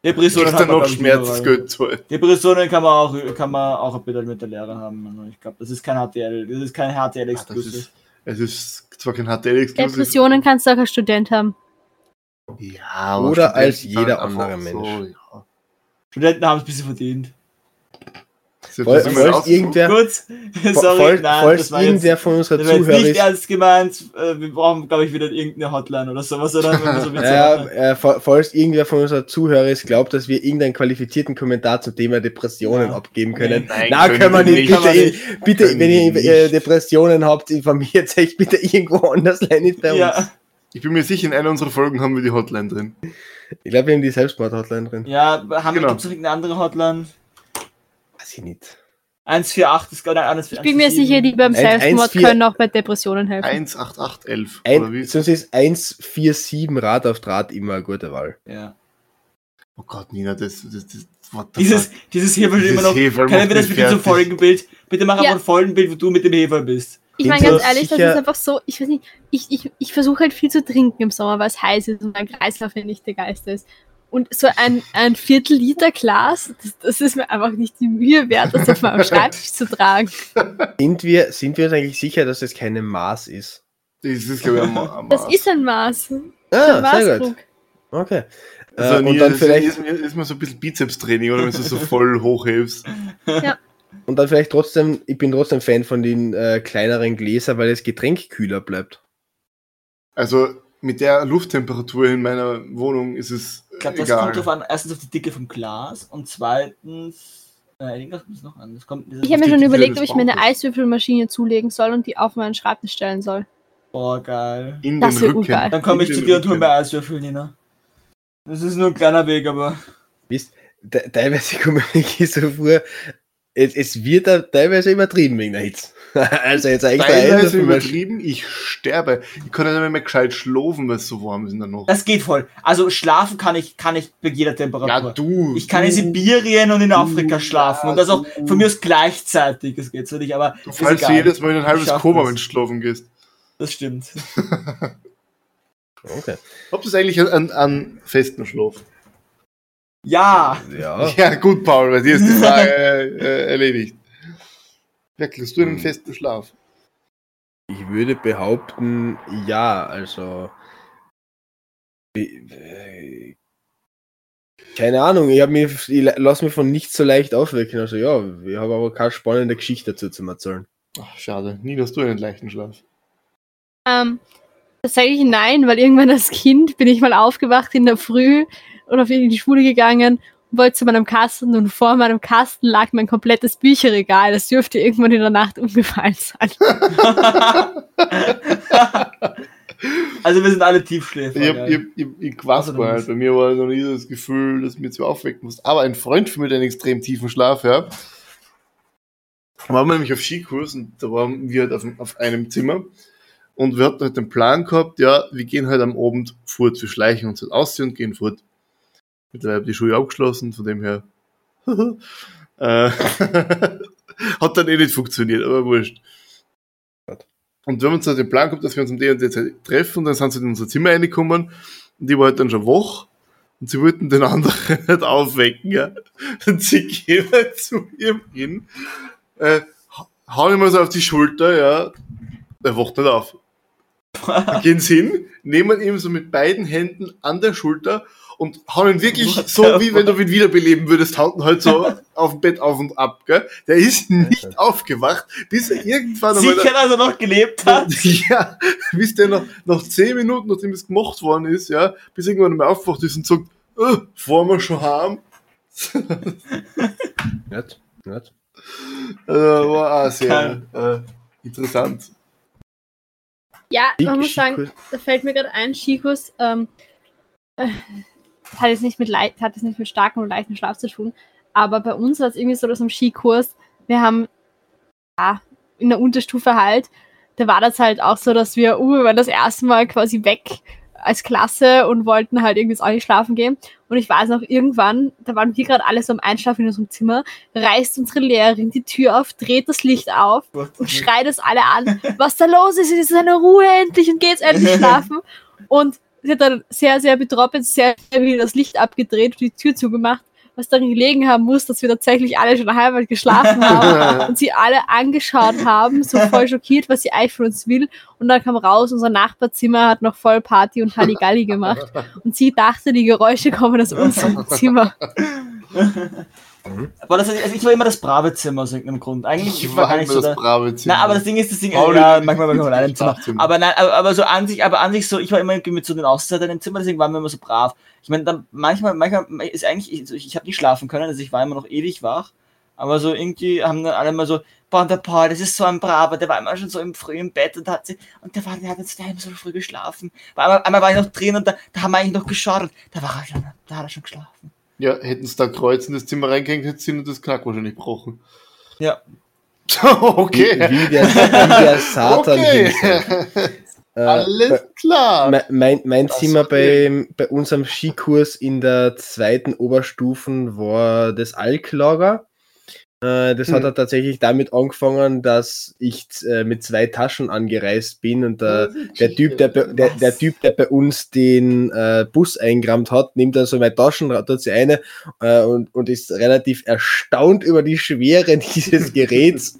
Depressionen kriegst hat dann man, noch glaub ich, überall. Schmerzensgeld zahlen. Depressionen kann man auch, kann man auch ein bisschen mit der Lehre haben. Also Ich glaube, das ist kein HTL, das ist kein Ach, Ah, Das HTL-Exclusive. ist, es ist zwar kein HTL-Exklusiv. Depressionen kannst du auch als Student haben. Ja, aber Oder Studenten als jeder sind andere einfach Mensch. So, ja. Studenten haben es ein bisschen verdient. Das ist Woll- jetzt immer Falls irgendwer, Gut, sorry, falls, nein, falls das war jetzt, irgendwer von unserer das war jetzt nicht Zuhörer ernst gemeint. Äh, wir brauchen, glaube ich, wieder irgendeine Hotline oder sowas, oder? Wenn wir so Witze ja, machen. äh, fa- falls irgendwer von unserer Zuhörer glaubt, dass wir irgendeinen qualifizierten Kommentar zum Thema Depressionen Ja. abgeben können, Nein, na können können wir wir nicht. nicht. Bitte, Können wir bitte Können wenn ihr wir äh, nicht. Depressionen habt, informiert euch bitte irgendwo anders, leider nicht bei uns. ja, Ich bin mir sicher, in einer unserer Folgen haben wir die Hotline drin. Ich glaube, wir haben die Selbstmord-Hotline drin. ja, haben wir Genau. gibt's noch irgendeine andere Hotline? Weiß ich nicht. 148 ist gerade alles Ich bin mir sicher, die beim Eins- Selbstmord eins, vier- können auch bei Depressionen helfen. 18811. Oder Ein, wie? sonst ist 147 Rad auf Draht immer eine gute Wahl. Ja. Oh Gott, Nina, das, das, das what the Dieses, fuck? dieses Heferl Dieses immer noch. Heferl Können macht wir das mich bitte zum fertig. folgenden Bild? Bitte mach Ja. einfach ein folgenden Bild, wo du mit dem Heferl bist. Ich meine, Bin ganz mir ehrlich, das sicher- ist einfach so, ich weiß nicht, ich, ich, ich versuche halt viel zu trinken im Sommer, weil es heiß ist und mein Kreislauf ja nicht der Geist ist. Und so ein, ein Viertel Liter Glas, das, das ist mir einfach nicht die Mühe wert, das auf meinem Schreibtisch zu tragen. Sind wir, sind wir uns eigentlich sicher, dass es keine Maß ist? Das ist, glaube ich, am, am Das ist ein Maß. ein Ah, sehr gut. Maßkrug. Okay. also, äh, Nina, und dann das vielleicht Ist, ist, ist mal so ein bisschen Bizepstraining, oder wenn du so voll hochhebst. Und dann vielleicht trotzdem, ich bin trotzdem Fan von den äh, kleineren Gläsern, weil das Getränk kühler bleibt. Also, mit der Lufttemperatur in meiner Wohnung ist es Ich glaube, das egal. kommt drauf an, erstens auf die Dicke vom Glas und zweitens. Äh, irgendwas kommt noch an. Das kommt, Ich habe mir Die schon Tür überlegt, des ob ich mir eine Bauches. Eiswürfelmaschine zulegen soll und die auf meinen Schreibtisch stellen soll. Boah, Oh, geil. in Das den wär Rücken. urgeil. Dann komme ich In zu den dir und hol Rücken. mir Eiswürfel, Nina. Das ist nur ein kleiner Weg, aber. Wisst, te- teilweise komme ich so vor, es, es wird da teilweise übertrieben wegen der Hitze. also jetzt eigentlich Teilweise der Eindruck, übertrieben, ich sterbe. Ich kann nicht mehr gescheit schlafen, weil es so warm ist in der Nacht. Das geht voll. Also schlafen kann ich, kann ich bei jeder Temperatur. du. ich kann in du, Sibirien und in du, Afrika schlafen. Und das auch du. von mir aus gleichzeitig. Das geht so nicht, aber Du ist fallst egal. jedes Mal in ein halbes schaff Koma, das. wenn du schlafen gehst. Das stimmt. Okay. Ob das eigentlich an, an festen Schlaf? Ah. Ja. Ja. Ja, gut, Paul, bei dir ist die Frage äh, äh, erledigt. Wechselst du Mhm. in den festen Schlaf? Ich würde behaupten, ja, also. äh, Keine Ahnung, ich, hab mich, ich lasse mich von nichts so leicht aufwecken. Also ja, ich habe aber keine spannende Geschichte dazu zu erzählen. Ach, schade. Nie hast du einen leichten Schlaf. Ähm, tatsächlich nein, weil irgendwann als Kind bin ich mal aufgewacht in der Früh und auf in die Schule gegangen und wollte zu meinem Kasten und vor meinem Kasten lag mein komplettes Bücherregal. Das dürfte irgendwann in der Nacht umgefallen sein. also wir sind alle Tiefschläfer. Ich, hab, ich, geil. hab, ich, hab- ich quasi Also, du halt. musst- Bei mir war noch nie das Gefühl, dass ich mich jetzt wieder aufwecken muss. Aber ein Freund von mir, der einen extrem tiefen Schlaf hat, waren wir nämlich auf Skikurs und da waren wir halt auf, dem- auf einem Zimmer und wir hatten halt den Plan gehabt, ja, wir gehen halt am Abend fort, wir schleichen uns halt ausziehen und gehen fort. Mittlerweile habe ich die Schule abgeschlossen, von dem her. äh, hat dann eh nicht funktioniert, aber wurscht. Und wir haben uns halt den Plan gehabt, dass wir uns um die und die Zeit treffen und dann sind sie in unser Zimmer reingekommen Und die war halt dann schon wach. Und sie wollten den anderen nicht aufwecken. Ja. Und sie gehen halt zu ihm hin, äh, ha- hauen ihm also auf die Schulter, ja. Er wacht nicht auf. Dann gehen sie hin, nehmen ihn so mit beiden Händen an der Schulter und hauen ihn wirklich What so, the wie wenn du ihn wiederbeleben würdest, hauen ihn halt so auf dem Bett auf und ab. Gell? Der ist nicht aufgewacht, bis er irgendwann Sie einmal- kann also noch gelebt hat. ja, bis der nach, nach 10 Minuten, nachdem es gemacht worden ist, ja, bis irgendwann mal aufgewacht ist und sagt, oh, fahren wir schon heim. Nicht? Nicht? Äh, war auch sehr äh, interessant. Ja, man muss Ski- sagen, da fällt mir gerade ein, Skikurs ähm, äh, hat jetzt nicht mit leicht, hat jetzt nicht mit starkem und leichtem Schlaf zu tun, aber bei uns war es irgendwie so, dass am Skikurs, wir haben ja, in der Unterstufe halt, da war das halt auch so, dass wir, uh, wir waren das erste Mal quasi weg als Klasse und wollten halt irgendwie jetzt auch nicht schlafen gehen. Und ich weiß noch, irgendwann, da waren wir gerade alle so am Einschlafen in unserem Zimmer, reißt unsere Lehrerin die Tür auf, dreht das Licht auf und schreit es alle an, was da los ist, es ist eine Ruhe endlich und geht's endlich schlafen. Und sie hat dann sehr, sehr betroppelt, sehr schnell das Licht abgedreht und die Tür zugemacht, was daran gelegen haben muss, dass wir tatsächlich alle schon halbwegs geschlafen haben und sie alle angeschaut haben, so voll schockiert, was sie eigentlich von uns will. Und dann kam raus, unser Nachbarzimmer hat noch voll Party und Halligalli gemacht und sie dachte, die Geräusche kommen aus unserem Zimmer. Aber das, also ich war immer das brave Zimmer aus irgendeinem Grund. Eigentlich ich war gar nicht immer so da. brave Zimmer. Na, aber das Ding ist, das Ding, Pauli, ja, manchmal bin ich auch allein im das Zimmer. Schlafzimmer. Aber nein, aber, aber so an sich, aber an sich so, ich war immer irgendwie mit so den Auszeiten im Zimmer, deswegen waren wir immer so brav. Ich meine, dann manchmal, manchmal ist eigentlich, ich, ich, ich habe nicht schlafen können, also ich war immer noch ewig wach. Aber so irgendwie haben dann alle immer so, boah, der Paul, das ist so ein Braver, der war immer schon so im frühen Bett und hat sie, und der war, der hat jetzt daheim so früh geschlafen. Weil einmal, einmal war ich noch drin und da, da haben wir eigentlich noch geschaut, da war er schon, da hat er schon geschlafen. ja, hätten sie da Kreuz in das Zimmer reingehängt, hätten sie ihnen das Knack wahrscheinlich gebrochen. Ja. okay. Wie, wie, der, wie der Satan Okay. hinfällt. Äh, Alles klar. Me- Mein, mein Das Zimmer ist okay. beim, bei unserem Skikurs in der zweiten Oberstufen war das Alklager. Äh, Das hat Hm. er tatsächlich damit angefangen, dass ich äh, mit zwei Taschen angereist bin und der, der, typ, der, bei- der, der Was? typ, der bei uns den äh, Bus eingerammt hat, nimmt dann so meine Taschen, tut sie eine äh, und, und ist relativ erstaunt über die Schwere dieses Geräts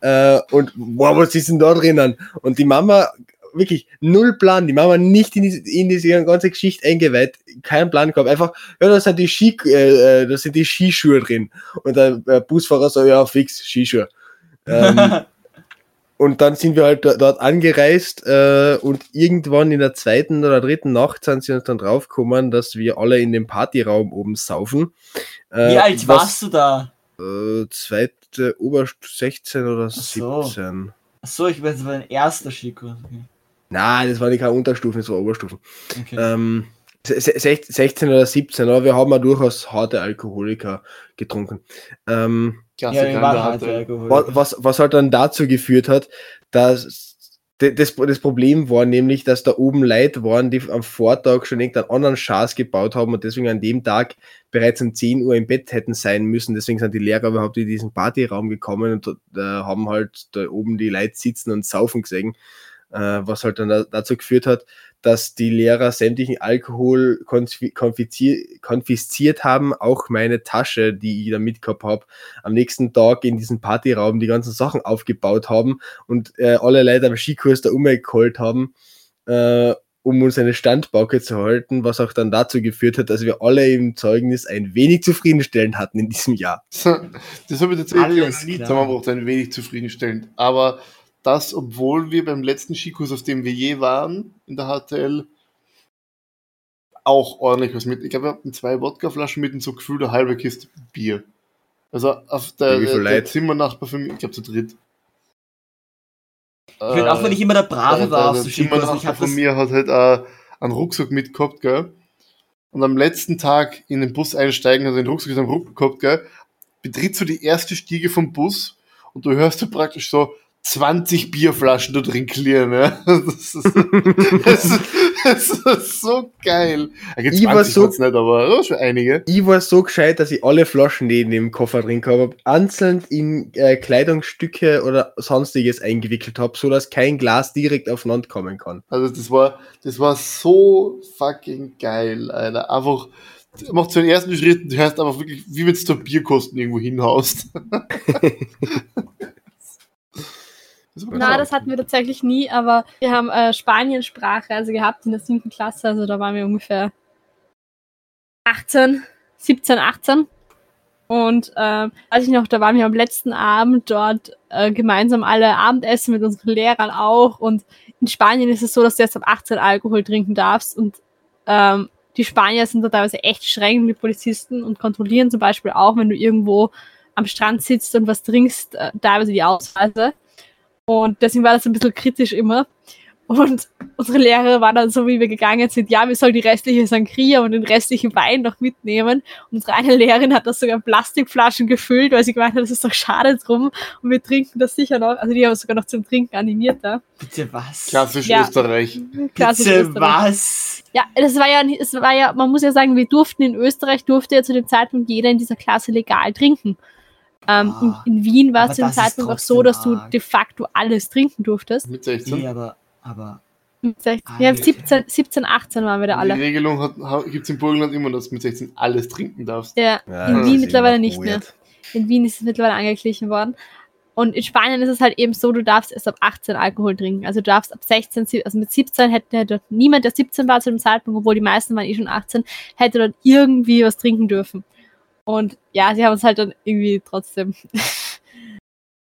äh, und wow, was ist denn da drinnen? Und die Mama, wirklich null Plan, die Mama nicht in diese, in diese ganze Geschichte eingeweiht, keinen Plan gehabt, einfach, ja, da sind die, Ski, äh, äh, da sind die Skischuhe drin. Und der äh, Busfahrer so, ja, fix, Skischuhe. Ähm, und dann sind wir halt do- dort angereist äh, und irgendwann in der zweiten oder dritten Nacht sind sie uns dann draufgekommen, dass wir alle in dem Partyraum oben saufen. Äh, Wie alt warst du da? du? Äh, zweite Oberst 16 oder so. 17. Achso, ich weiß, das war dein erster Skikurs. Okay. Nein, das waren keine Unterstufen, das war Oberstufen. Okay. Ähm, se- se- sech- 16 oder 17, aber wir haben ja durchaus harte Alkoholiker getrunken. Ähm, Ja, Klassiker wir in waren der halt Hand, Alkohol. Wa- was, was halt dann dazu geführt hat, dass de- das, das Problem war nämlich, dass da oben Leute waren, die am Vortag schon irgendeinen anderen Schaß gebaut haben und deswegen an dem Tag bereits um 10 Uhr im Bett hätten sein müssen. Deswegen sind die Lehrer überhaupt in diesen Partyraum gekommen und dort, äh, haben halt da oben die Leute sitzen und saufen gesehen, äh, was halt dann da, dazu geführt hat, dass die Lehrer sämtlichen Alkohol konfi- konfizier- konfisziert haben, auch meine Tasche, die ich da mitgehabt habe, am nächsten Tag in diesem Partyraum die ganzen Sachen aufgebaut haben und äh, alle Leute am Skikurs da umgeholt haben, äh, um uns eine Standbauke zu halten, was auch dann dazu geführt hat, dass wir alle im Zeugnis ein wenig zufriedenstellend hatten in diesem Jahr. Das habe ich eh tatsächlich Alles noch nie klar. zusammengebracht, ein wenig zufriedenstellend. Aber das, obwohl wir beim letzten Skikurs, auf dem wir je waren, in der HTL, auch ordentlich was mit. Ich glaube, wir hatten zwei Wodkaflaschen mit und so gefühlt eine halbe Kiste Bier. Also auf der, Wie viel der, der Leute? Zimmernachbar für mich, ich glaube zu dritt. Äh, Ich bin, auch wenn ich immer der Brave war auf so Skikursen, ich Zimmernachbar hab von das, mir hat halt äh, einen Rucksack mitgehabt, gell? Und am letzten Tag in den Bus einsteigen, also den Rucksack ist am Rücken gehabt, gell? Betrittst du die erste Stiege vom Bus und du hörst du praktisch so 20 Bierflaschen dort trinklieren. Ja. Das, ist, das, ist, das ist so geil. Da gibt's Ich war 20 so- hat's nicht, aber oh, schon einige. Ich war so gescheit, dass ich alle Flaschen, die ich in dem Koffer drin gehabt habe, einzeln in äh, Kleidungsstücke oder sonstiges eingewickelt habe, sodass kein Glas direkt aufeinander kommen kann. Also das war, das war so fucking geil, Alter. Einfach, macht so den ersten Schritt und du hörst einfach wirklich, wie wenn du zur Bierkosten irgendwo hinhaust. Das war Na, geil. das hatten wir tatsächlich nie, aber wir haben äh, Spaniensprache also gehabt in der siebten Klasse, also da waren wir ungefähr 18, 17, 18. Und ähm, weiß ich noch, da waren wir am letzten Abend dort äh, gemeinsam alle Abendessen mit unseren Lehrern auch. Und in Spanien ist es so, dass du erst ab 18 Alkohol trinken darfst. Und ähm, die Spanier sind da teilweise echt streng mit Polizisten und kontrollieren zum Beispiel auch, wenn du irgendwo am Strand sitzt und was trinkst, äh, teilweise die Ausweise. Und deswegen war das ein bisschen kritisch immer. Und unsere Lehrer waren dann so, wie wir gegangen sind, ja, wir sollen die restliche Sangria und den restlichen Wein noch mitnehmen. Und unsere eine Lehrerin hat das sogar in Plastikflaschen gefüllt, weil sie gemeint hat, das ist doch schade drum und wir trinken das sicher noch. Also die haben uns sogar noch zum Trinken animiert da. Bitte was? Klassisch Ja. Österreich. Klassisch Bitte Österreich. was? Ja, das war ja, es war ja, man muss ja sagen, wir durften in Österreich, durfte ja zu dem Zeitpunkt jeder in dieser Klasse legal trinken. Ähm, Ah, in, in Wien war aber es zu dem das ist Zeitpunkt auch so, trotzdem dass du arg. de facto alles trinken durftest. Mit 16. Nee, aber, aber Mit 16, ja, Alter. 17, 17, 18 waren wir da Die alle. Regelung hat, ha- gibt's in Burgenland immer, dass du mit 16 alles trinken darfst. Ja, Ja, in das Wien ist mittlerweile immer nicht mehr. weird. In Wien ist es mittlerweile angeglichen worden. Und in Spanien ist es halt eben so, du darfst erst ab 18 Alkohol trinken. Also du darfst ab 16, sie- also mit 17 hätte hätte dort niemand, der 17 war zu dem Zeitpunkt, obwohl die meisten waren eh schon 18, hätte dort irgendwie was trinken dürfen. Und ja, sie haben es halt dann irgendwie trotzdem.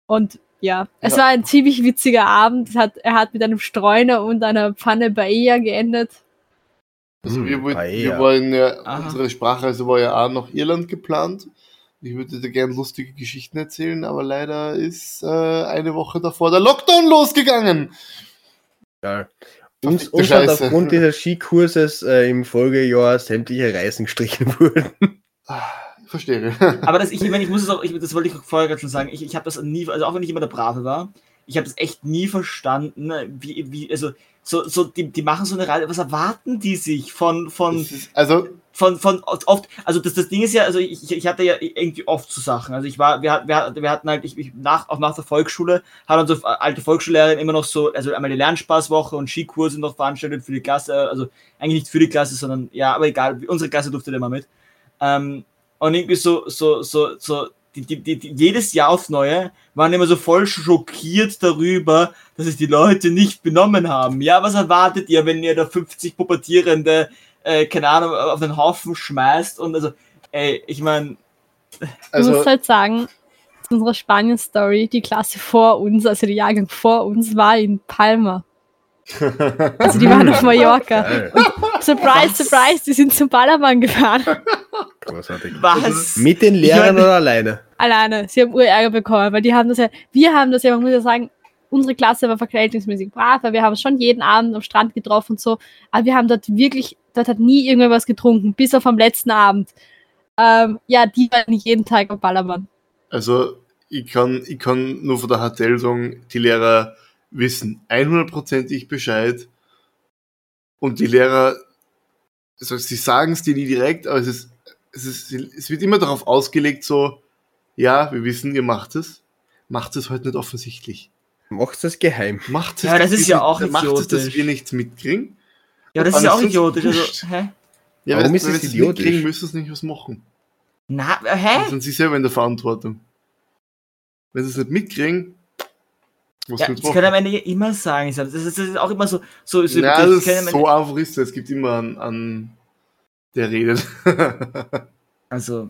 und ja, es Ja. war ein ziemlich witziger Abend. Es hat, er hat mit einem Streuner und einer Pfanne Paella geendet. Also Hm, wir, wollten, wir Paella. wollen ja, Aha. unsere Sprachreise war ja auch nach Irland geplant. Ich würde dir gerne lustige Geschichten erzählen, aber leider ist äh, eine Woche davor der Lockdown losgegangen. Geil. Uns, Verfickte uns hat Scheiße. halt aufgrund dieses Skikurses äh, im Folgejahr sämtliche Reisen gestrichen wurden. Verstehe. aber das, ich, ich meine, ich muss es auch, ich, das wollte ich vorher gerade schon sagen, ich, ich habe das nie, also auch wenn ich immer der Brave war, ich habe das echt nie verstanden, ne, wie, wie, also, so, so, die, die machen so eine Reise, was erwarten die sich von, von, Das ist- also, von, von oft, oft also das, das Ding ist ja, also ich, ich hatte ja irgendwie oft so Sachen. Also ich war, wir, hat- wir, hat- wir hatten halt, ich, ich nach, auch nach der Volksschule, hat unsere alte Volksschullehrerin immer noch so, also einmal die Lernspaßwoche und Skikurse noch veranstaltet für die Klasse, also eigentlich nicht für die Klasse, sondern ja, aber egal, unsere Klasse durfte da immer mit. Ähm, und irgendwie so, so, so, so, die, die, die, die, jedes Jahr aufs Neue waren immer so voll schockiert darüber, dass es die Leute nicht benommen haben. Ja, was erwartet ihr, wenn ihr da 50 pubertierende äh, keine Ahnung, auf den Haufen schmeißt und also, ey, ich meine, ich also muss halt sagen, zu unserer Spanien-Story, die Klasse vor uns, also der Jahrgang vor uns, war in Palma. Also die waren auf Mallorca. Geil. Surprise, Was? surprise, die sind zum Ballermann gefahren. Großartig. was? Also, Mit den Ich Lehrern mein- oder alleine? Alleine. Sie haben Urärger bekommen, weil die haben das ja, wir haben das ja, man muss ja sagen, unsere Klasse war verhältnismäßig brav, weil wir haben schon jeden Abend am Strand getroffen und so, aber wir haben dort wirklich, dort hat nie irgendwer was getrunken, bis auf am letzten Abend. Ähm, ja, die waren jeden Tag am Ballermann. Also, ich kann, ich kann nur von der HTL sagen, die Lehrer wissen 100%ig Bescheid. Und die Lehrer, also sie sagen es dir nie direkt, aber es, ist, es, ist, es wird immer darauf ausgelegt, so, ja, wir wissen, ihr macht es. Macht es heute nicht offensichtlich. Macht's das geheim. Macht es, Ja, das dass ist wir ja nicht- auch Macht es, dass idiotisch. wir nichts mitkriegen? Ja, das ist ja auch Alles idiotisch. wurscht. Also, hä? Ja, Warum wenn- ist es wenn sie idiotisch? mitkriegen, müssen sie nicht was machen. Na, äh, Dann hä? sind sie selber in der Verantwortung. Wenn sie es nicht mitkriegen, was Ja, sie nicht das können am Ende immer sagen. ich sag, Das ist, das ist auch immer so. so, so Ja, das das können am ist Ende- so einfach ist es. Es gibt immer einen, einen der redet. also,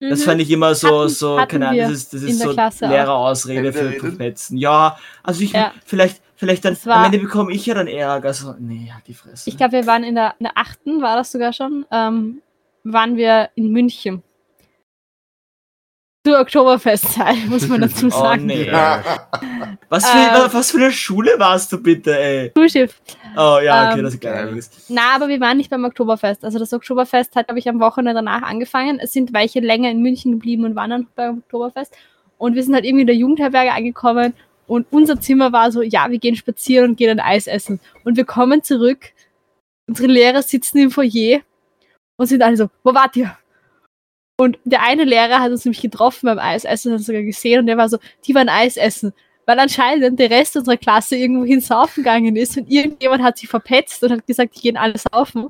Mhm. das fand ich immer so, Hatten- so hatten keine Ahnung, wir das ist, das in ist der so Klasse auch. Wer Lehrerausrede für redet? Pupetzen. Ja, also ich, Ja. vielleicht, vielleicht dann, Das war- am Ende bekomme ich ja dann Ärger. Also, nee, halt die Fresse. Ich glaube, wir waren in der, in der achten, war das sogar schon, ähm, waren wir in München. Zur Oktoberfestzeit, halt, muss man dazu oh sagen. nee. Ja. Was, für, Ähm. was für eine Schule warst du bitte, ey? Frühschiff. Oh ja, okay, Ähm. das ist gleich einiges. Na, aber wir waren nicht beim Oktoberfest. Also das Oktoberfest hat, glaube ich, am Wochenende danach angefangen. Es sind welche länger in München geblieben und waren dann beim Oktoberfest. Und wir sind halt irgendwie in der Jugendherberge angekommen Und unser Zimmer war so, ja, wir gehen spazieren und gehen ein Eis essen. Und wir kommen zurück, unsere Lehrer sitzen im Foyer und sind alle so, wo wart ihr? Und der eine Lehrer hat uns nämlich getroffen beim Eisessen, hat uns sogar gesehen und der war so, die waren Eis essen. Weil anscheinend der Rest unserer Klasse irgendwo hin saufen gegangen ist und irgendjemand hat sich verpetzt und hat gesagt, die gehen alle saufen.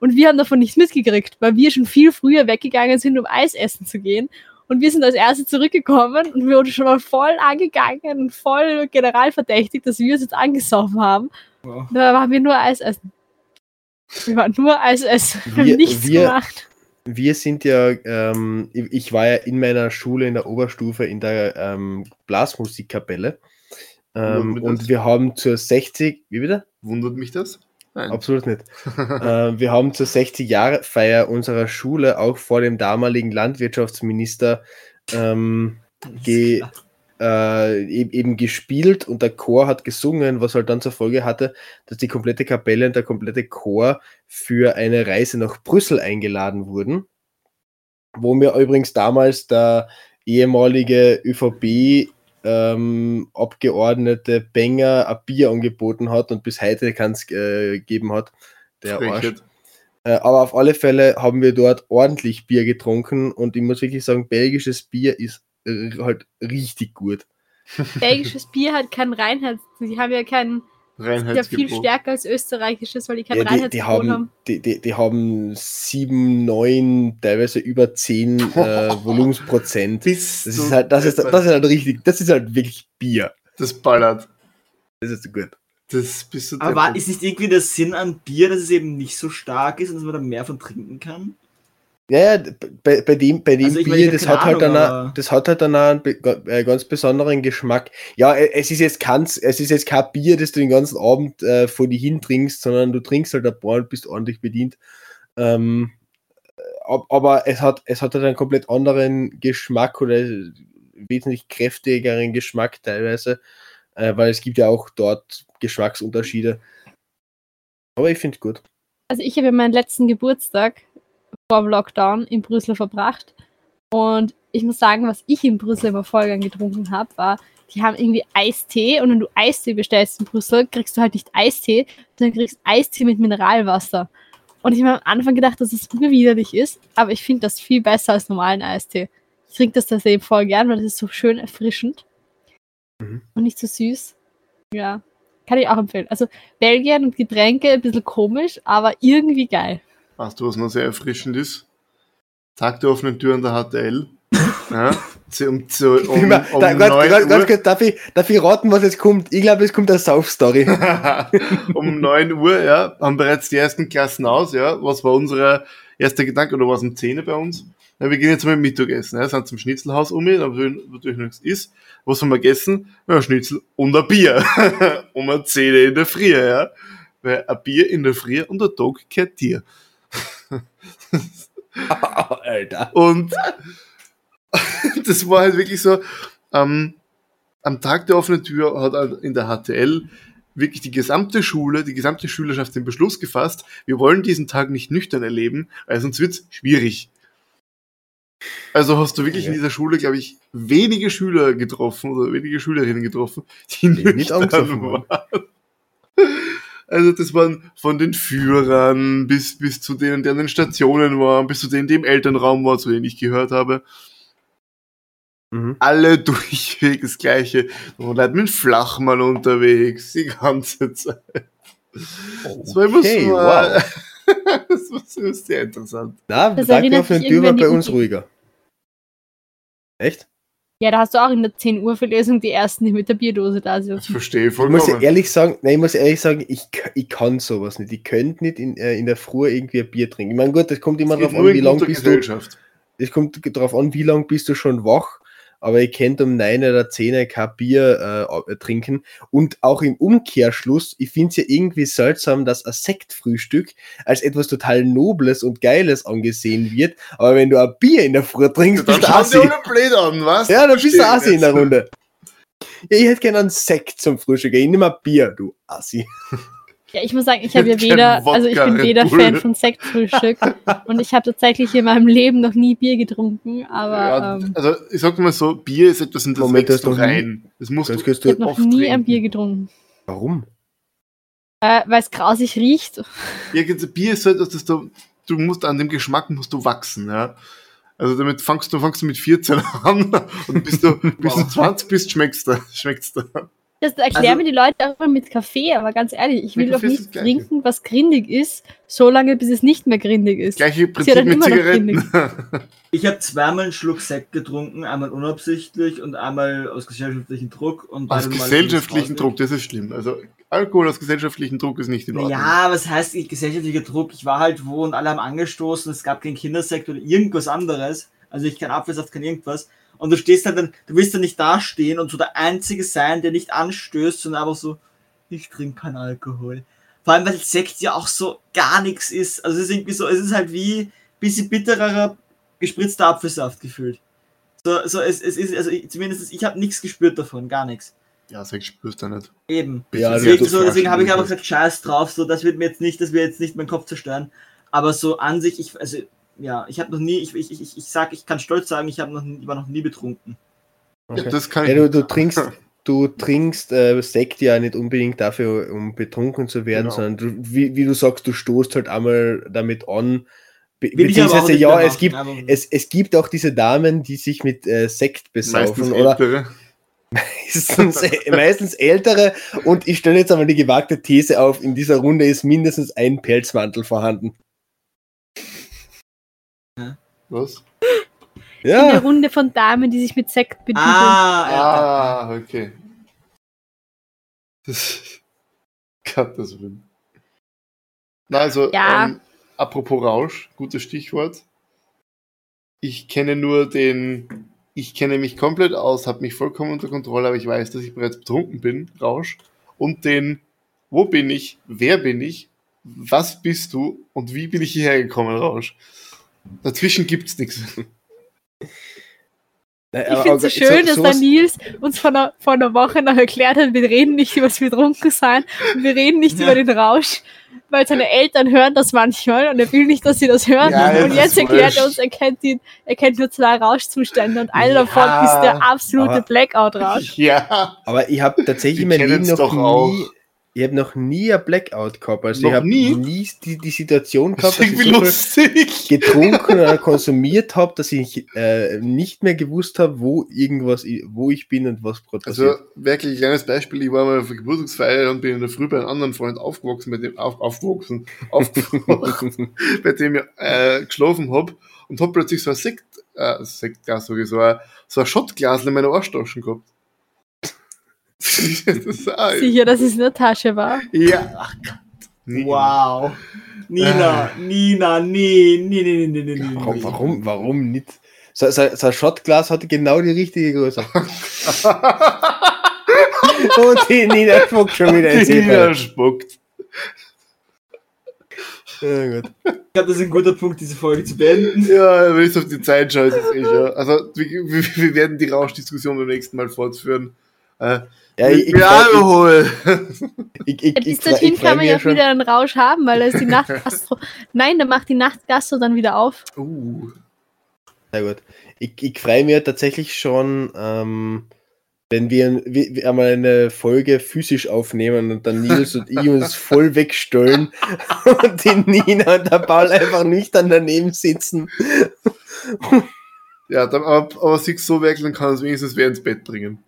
Und wir haben davon nichts mitgekriegt, weil wir schon viel früher weggegangen sind, um Eis essen zu gehen. Und wir sind als Erste zurückgekommen und wir wurden schon mal voll angegangen und voll general verdächtigt, dass wir es jetzt angesaufen haben. Wow. Da waren wir nur Eis essen. Wir waren nur Eis essen. Wir haben Wir- nichts wir- gemacht. Wir sind ja, ähm, ich ich war ja in meiner Schule in der Oberstufe in der ähm, Blasmusikkapelle. Ähm, Wundert mich und das. wir haben zur 60, wie bitte? Wundert mich das? Nein. Absolut nicht. äh, wir haben zur 60-Jahre-Feier unserer Schule auch vor dem damaligen Landwirtschaftsminister ähm, Ge- äh, e- eben gespielt und der Chor hat gesungen, was halt dann zur Folge hatte, dass die komplette Kapelle und der komplette Chor für eine Reise nach Brüssel eingeladen wurden, wo mir übrigens damals der ehemalige ÖVP ähm, Abgeordnete Benger ein Bier angeboten hat und bis heute keins äh, gegeben hat. Der Arsch. Frechheit. Äh, aber auf alle Fälle haben wir dort ordentlich Bier getrunken und ich muss wirklich sagen, belgisches Bier ist äh, halt richtig gut. Belgisches Bier hat kein Reinheits... Die haben ja keinen... Ja, viel Reinheitsgebot. stärker als österreichisches, weil die kein Ja, die, die, Reinheitsgebot haben, haben. die, die, die haben sieben, neun, teilweise über zehn äh, Volumensprozent. Bist Das du ist halt, das ist, deppert. das ist halt richtig, das ist halt wirklich Bier. Das ballert. Das ist gut. Das bist du Aber war, deppert. ist nicht irgendwie der Sinn an Bier, dass es eben nicht so stark ist und dass man da mehr von trinken kann? Ja, ja, bei, bei dem, bei dem Also ich meine, ich hab Bier, das keine hat, halt Ahnung, dann aber- auch, das hat halt dann auch einen be- äh, ganz besonderen Geschmack. Ja, äh, es ist jetzt kein, es ist jetzt kein Bier, das du den ganzen Abend äh, vor dich hin trinkst, sondern du trinkst halt ein paar und bist ordentlich bedient. Ähm, ab- aber es hat, es hat halt einen komplett anderen Geschmack oder wesentlich kräftigeren Geschmack teilweise, äh, weil es gibt ja auch dort Geschmacksunterschiede. Aber ich finde gut. Also ich habe ja meinen letzten Geburtstag vor dem Lockdown in Brüssel verbracht. Und ich muss sagen, was ich in Brüssel immer voll gern getrunken habe, war, die haben irgendwie Eistee und wenn du Eistee bestellst in Brüssel, kriegst du halt nicht Eistee, sondern kriegst Eistee mit Mineralwasser. Und ich habe am Anfang gedacht, dass es widerlich ist, aber ich finde das viel besser als normalen Eistee. Ich trinke das deswegen voll gern, weil das ist so schön erfrischend Mhm. und nicht so süß. Ja, kann ich auch empfehlen. Also Belgien und Getränke ein bisschen komisch, aber irgendwie geil. Weißt du, was noch sehr erfrischend ist? Tag der offenen Tür an der HTL. ja, zu- um, zu, um, um Prima. da, 9 ganz, ganz, Uhr. ganz kurz, darf ich, darf ich raten, was jetzt kommt? Ich glaube, es kommt eine Sauf-Story. um 9 Uhr, ja, haben bereits die ersten Klassen aus, ja. Was war unser erster Gedanke oder war es um 10 Uhr bei uns? Ja, wir gehen jetzt mal Mittagessen, ja, sind zum Schnitzelhaus um, da natürlich nichts ist. Was haben wir gegessen? Ja, Schnitzel und ein Bier. um ein Zähne in der Früh, ja. Weil ein Bier in der Früh und ein Tag kein Tier. Alter. Und das war halt wirklich so, ähm, am Tag der offenen Tür hat an- in der HTL wirklich die gesamte Schule, die gesamte Schülerschaft den Beschluss gefasst, wir wollen diesen Tag nicht nüchtern erleben, weil sonst wird's schwierig. Also hast du wirklich in Ja. dieser Schule, glaube ich, wenige Schüler getroffen oder wenige Schülerinnen getroffen, die Die nicht nüchtern angesoffen waren. Also das waren von den Führern bis, bis zu denen, die an den Stationen waren, bis zu denen, die im Elternraum waren, zu denen ich gehört habe Mhm. alle durchweg das Gleiche. Und halt mit Flachmann unterwegs, die ganze Zeit. Das war immer Okay, so, wow. das war so sehr interessant. Na, Das danke erinnert auf den mich Tür war irgendwie bei an die uns Uni. ruhiger. Echt? Ja, da hast du auch in der 10 Uhr Verlesung die ersten, die mit der Bierdose da Ich sind. verstehe Ich muss ja vollkommen. ehrlich sagen, nein, ich muss ehrlich sagen, ich, k- ich kann sowas nicht. Ich könnte nicht in, äh, in der Früh irgendwie ein Bier trinken. Ich meine, gut, das kommt immer Es geht darauf an, nur wie in lang guter bist du. Gesellschaft. Es kommt darauf an, wie lang bist du schon wach, aber ihr könnt um 9 oder 10 kein Bier äh, au- äh, trinken. Und auch im Umkehrschluss, ich finde es ja irgendwie seltsam, dass ein Sektfrühstück als etwas total Nobles und Geiles angesehen wird, aber wenn du ein Bier in der Früh trinkst, Dann bist du schauen sie Assi. alle blöd an, was? Ja, dann bist Verstehe du Assi in der jetzt. Runde. Ja, ich hätte gerne einen Sekt zum Frühstück. Ich nehme ein Bier, du Assi. Ja, ich muss sagen, ich habe ja Kein weder, Wodka, also ich bin Red weder Bull. Fan von Sektfrühstück und ich habe tatsächlich in meinem Leben noch nie Bier getrunken, ja, aber ähm, also ich sag mal so, Bier ist etwas, in das Moment, wächst du du hast noch nie- rein. Das musst Sonst du gehst du. ich habe noch oft nie trinken. ein Bier getrunken, Warum? äh, weil es grausig riecht. Ja, jetzt, Bier ist so etwas, dass du, du musst an dem Geschmack musst du wachsen, ja. Also damit fangst du, fangst du mit 14 an und bis du, bis du Wow. 20 bist, schmeckst du. Schmeckst du. Das erklären Also- mir die Leute auch immer mit Kaffee, aber ganz ehrlich, ich Mit will doch Kaffee ist nichts das Gleiche. trinken, was grindig ist, solange bis es nicht mehr grindig ist. Gleiche dann Prinzip mit halt immer noch Zigaretten. Ich habe zweimal einen Schluck Sekt getrunken, einmal unabsichtlich und einmal aus gesellschaftlichem Druck. Und Aus beide Male gesellschaftlichen ging's Druck, das ist schlimm. Also Alkohol aus gesellschaftlichen Druck ist nicht in Ordnung. Ja, was heißt ich- gesellschaftlicher Druck? Ich war halt wo und alle haben angestoßen, es gab keinen Kindersekt oder irgendwas anderes. Also ich kann Apfelsaft, kann irgendwas. Und du stehst halt dann, du willst dann nicht dastehen und so der Einzige sein, der nicht anstößt, sondern einfach so, ich trinke keinen Alkohol. Vor allem, weil Sekt ja auch so gar nichts ist. Also es ist irgendwie so, es ist halt wie ein bisschen bitterer, gespritzter Apfelsaft gefühlt. So, so es, es ist, also ich, zumindest ich habe nichts gespürt davon, gar nichts. Ja, Sex spürst du nicht. Eben. Bisschen Ja, das sehr Deswegen, so, deswegen habe Also ich einfach verarschen. gesagt, scheiß drauf, so, das wird mir jetzt nicht, das wird jetzt nicht meinen Kopf zerstören. Aber so an sich, ich, also, ja, ich habe noch nie, ich, ich, ich, ich sag, ich kann stolz sagen, ich habe noch, nie- ich war noch nie betrunken. Ja, das kann ich. Ja, du, du trinkst, du trinkst äh, Sekt ja nicht unbedingt dafür, um betrunken zu werden, Genau. sondern du, wie, wie du sagst, du stoßt halt einmal damit an. Be Will ich aber auch beziehungsweise nicht ja, mehr es machen, gibt, aber- es, es gibt auch diese Damen, die sich mit äh, Sekt Meistens besaufen oder ältere. meistens, meistens ältere. Und ich stelle jetzt einmal die gewagte These auf, in dieser Runde ist mindestens ein Pelzmantel vorhanden. Was? Eine Ja, Runde von Damen, die sich mit Sekt betiteln. Ah, Ah, okay. Das Gott, das will. Na, also, Ja. ähm, apropos Rausch, gutes Stichwort. Ich kenne nur den, ich kenne mich komplett aus, habe mich vollkommen unter Kontrolle, aber ich weiß, dass ich bereits betrunken bin, Rausch. Und den, wo bin ich, wer bin ich, was bist du und wie bin ich hierher gekommen, Rausch. Dazwischen gibt's nichts. Ich finde es so schön, dass der Nils uns vor einer, vor einer Woche noch erklärt hat, wir reden nicht über das Betrunkensein und wir reden nicht Ja. über den Rausch, weil seine Eltern hören das manchmal und er will nicht, dass sie das hören. Ja, und das jetzt ist erklärt er wurscht. uns, er kennt, ihn, er kennt nur zwei Rauschzustände und einer Ja, davon ist der absolute aber- Blackout-Rausch. Ja, Aber ich habe tatsächlich Die in meinem Leben kennen's noch doch nie, auch. ich habe noch nie ein Blackout gehabt. Also ich Noch habe nie? nie, die, die Situation das gehabt, ist irgendwie so viel lustig. getrunken oder konsumiert habe, dass ich äh, nicht mehr gewusst habe, wo irgendwas, i- wo ich bin und was gerade Also passiert. wirklich ein kleines Beispiel, ich war mal auf einer Geburtstagsfeier und bin in der Früh bei einem anderen Freund aufgewachsen, mit dem auf, aufgewachsen, aufgewacht, bei dem ich äh, geschlafen hab und hab plötzlich so ein Sekt, äh, Sektglas sowieso, so ein, so ein Schottglas in meiner Arschtaschen gehabt. das ist auch, Sicher, dass es in der Tasche war. ja. Ach Gott. Ah, wow. Nina, Nina, nee, nee, nee, nee, nee, nee, nee. warum, warum, warum nicht? So, so, so ein Shotglas hatte genau die richtige Größe. und die Nina spuckt schon wieder ins Jeder Eber. spuckt. Ja, gut. Ich glaube, das ist ein guter Punkt, diese Folge zu beenden. Ja, wenn ich auf die Zeit schaue, ist es eh schon. Also wir, wir, wir werden die Rauschdiskussion beim nächsten Mal fortführen. Äh, Ja, ich, ich, mit Alkohol. ich, ich, Ja, ich, ich, Bis freu- dahin ich freu kann man mich ja ja schon schon. wieder einen Rausch haben, weil er ist die Nachtgastro. Nein, dann macht die Nachtgastro dann wieder auf. Uh, Na gut. Ich, ich freue mich tatsächlich schon, ähm, wenn wir, wir, wir einmal eine Folge physisch aufnehmen und dann Nils und ich uns voll wegstellen und die Nina und der Paul einfach nüchtern daneben sitzen. ja, dann, aber, aber sich so wechseln kann es wenigstens wer ins Bett bringen.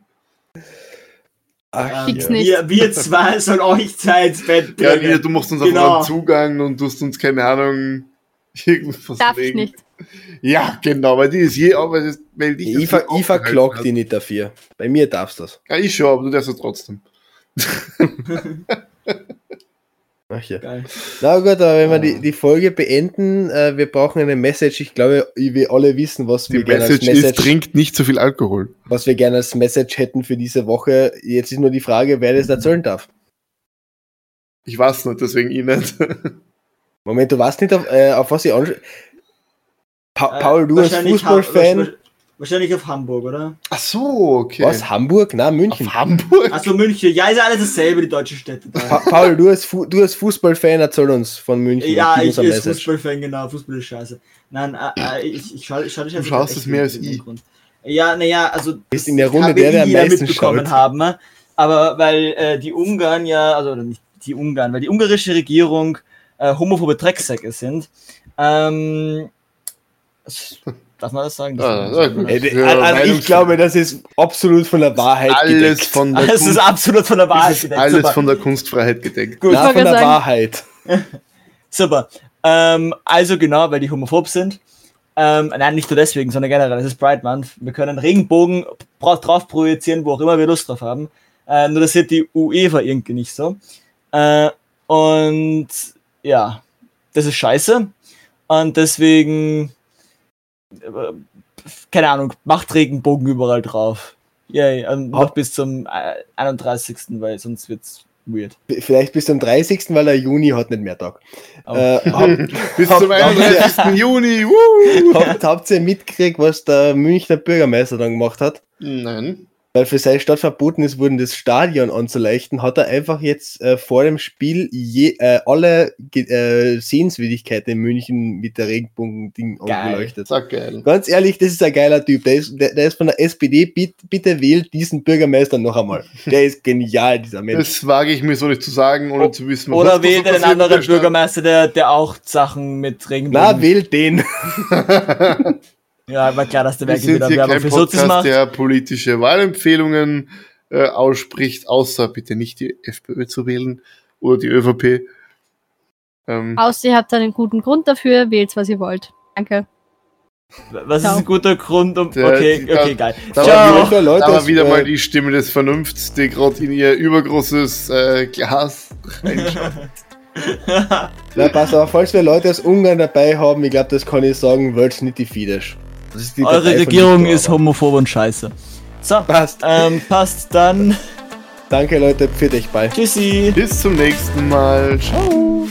Ah, Ach, Fix ja. nicht. Ähm, Wir, wir zwei sollen euch Zeit ins Bett Ja, bringen. Nina, du machst uns einfach Genau. einen Zugang und du hast uns, keine Ahnung, irgendwas Darf ich legen. nicht. Ja, genau, weil die ist je, aber das, weil dich das Ich, ver, nicht ich verklag aufgehalten die nicht dafür. Bei mir darfst du das. hat. Ja, ich schon, aber du darfst es trotzdem. Ach ja. Geil. Na gut, aber wenn wir Ah. die, die Folge beenden, äh, wir brauchen eine Message. Ich glaube, wir alle wissen, was Die wir gerne als Message, ist, Message trinkt nicht zu viel Alkohol. was wir gerne als Message hätten für diese Woche. Jetzt ist nur die Frage, wer das erzählen darf. Ich weiß nicht, deswegen ich nicht. Moment, du weißt nicht, auf, äh, auf was ich anschaue. Pa Äh, Paul, du als wahrscheinlich hab- Fußballfan, wahrscheinlich- Wahrscheinlich auf Hamburg, oder? Ach so, okay. Was? Hamburg? Na, München. Auf Hamburg? Also München. Ja, ist ja alles dasselbe, die deutschen Städte. Pa Da. Paul, du als, Fu du als Fußballfan erzähl uns von München. ja, Gib ich uns eine bin Message. Fußballfan, genau. Fußball ist scheiße. Nein, äh, äh, ich, ich schaue ich schau das Du schaust es mehr als ich. Ja, naja, also bist in der Runde der, der am jeder meisten mitbekommen schaut. haben. ne? Aber weil äh, die Ungarn ja, also oder nicht die Ungarn, weil die ungarische Regierung äh, homophobe Drecksäcke sind. Ähm, s- darf man das sagen? Ja, Das- ja, Ah, gut. Ey, de- Ja, also ich Meinungs- glaube, das ist absolut von der Wahrheit Alles gedeckt. von der, Ah, Das Also ist Kunst, absolut von der Wahrheit das ist gedeckt. alles Super. von der Kunstfreiheit gedeckt. Gut. Na, Ich von der wollte sagen- Wahrheit. Super. Ähm, also genau, weil die homophob sind. Ähm, nein, nicht nur deswegen, sondern generell. Es ist Pride Month. Wir können Regenbogen bra- drauf projizieren, wo auch immer wir Lust drauf haben. Äh, nur das sieht die UEFA irgendwie nicht so. Äh, und ja, das ist scheiße. Und deswegen, äh, keine Ahnung, macht Regenbogen überall drauf. Yay, und macht bis zum äh, 31. weil sonst wird's weird. Vielleicht bis zum 30., weil der Juni hat nicht mehr Tag. Oh. Äh, hab, Bis Hab- zum 31. Juni. wuhu. habt, habt ihr mitgekriegt, was der Münchner Bürgermeister dann gemacht hat? Nein. Weil für seine Stadt verboten ist, wurden das Stadion anzuleuchten, hat er einfach jetzt äh, vor dem Spiel je, äh, alle Ge äh, Sehenswürdigkeiten in München mit der Regenbogen-Ding Geil. angeleuchtet. Sag geil. Ganz ehrlich, das ist ein geiler Typ. Der ist, der, der ist von der SPD. Bitte, bitte wählt diesen Bürgermeister noch einmal. Der ist genial, dieser Mensch. Das wage ich mir so nicht zu sagen, ohne O- zu wissen, was Oder was wählt einen passiert mit anderen der Stadt. Bürgermeister, der, der auch Sachen mit Na, Regenbogen. wählt den. ja, war klar, dass der Wir Werke sind wieder hier Werbung kein für Sozis Podcast, macht. der politische Wahlempfehlungen äh, ausspricht, außer bitte nicht die FPÖ zu wählen oder die ÖVP. Ähm, Außer ihr habt einen guten Grund dafür, wählt, was ihr wollt. Danke. Was ist Ciao. ein guter Grund, um. Der- Okay, da- okay, geil. da Ciao. war Manchmal Leute aber aus, wieder äh, mal die Stimme des Vernunfts, die gerade in ihr übergroßes äh, Glas reinschaut. Na, pass auf, falls wir Leute aus Ungarn dabei haben, ich glaube, das kann ich sagen, wählt nicht die Fidesz. Das ist die Partei Eure von Regierung Viktor ist Orban. homophob und scheiße. So, Passt. ähm, passt dann. Danke, Leute, für dich bei. Tschüssi. Bis zum nächsten Mal. Ciao.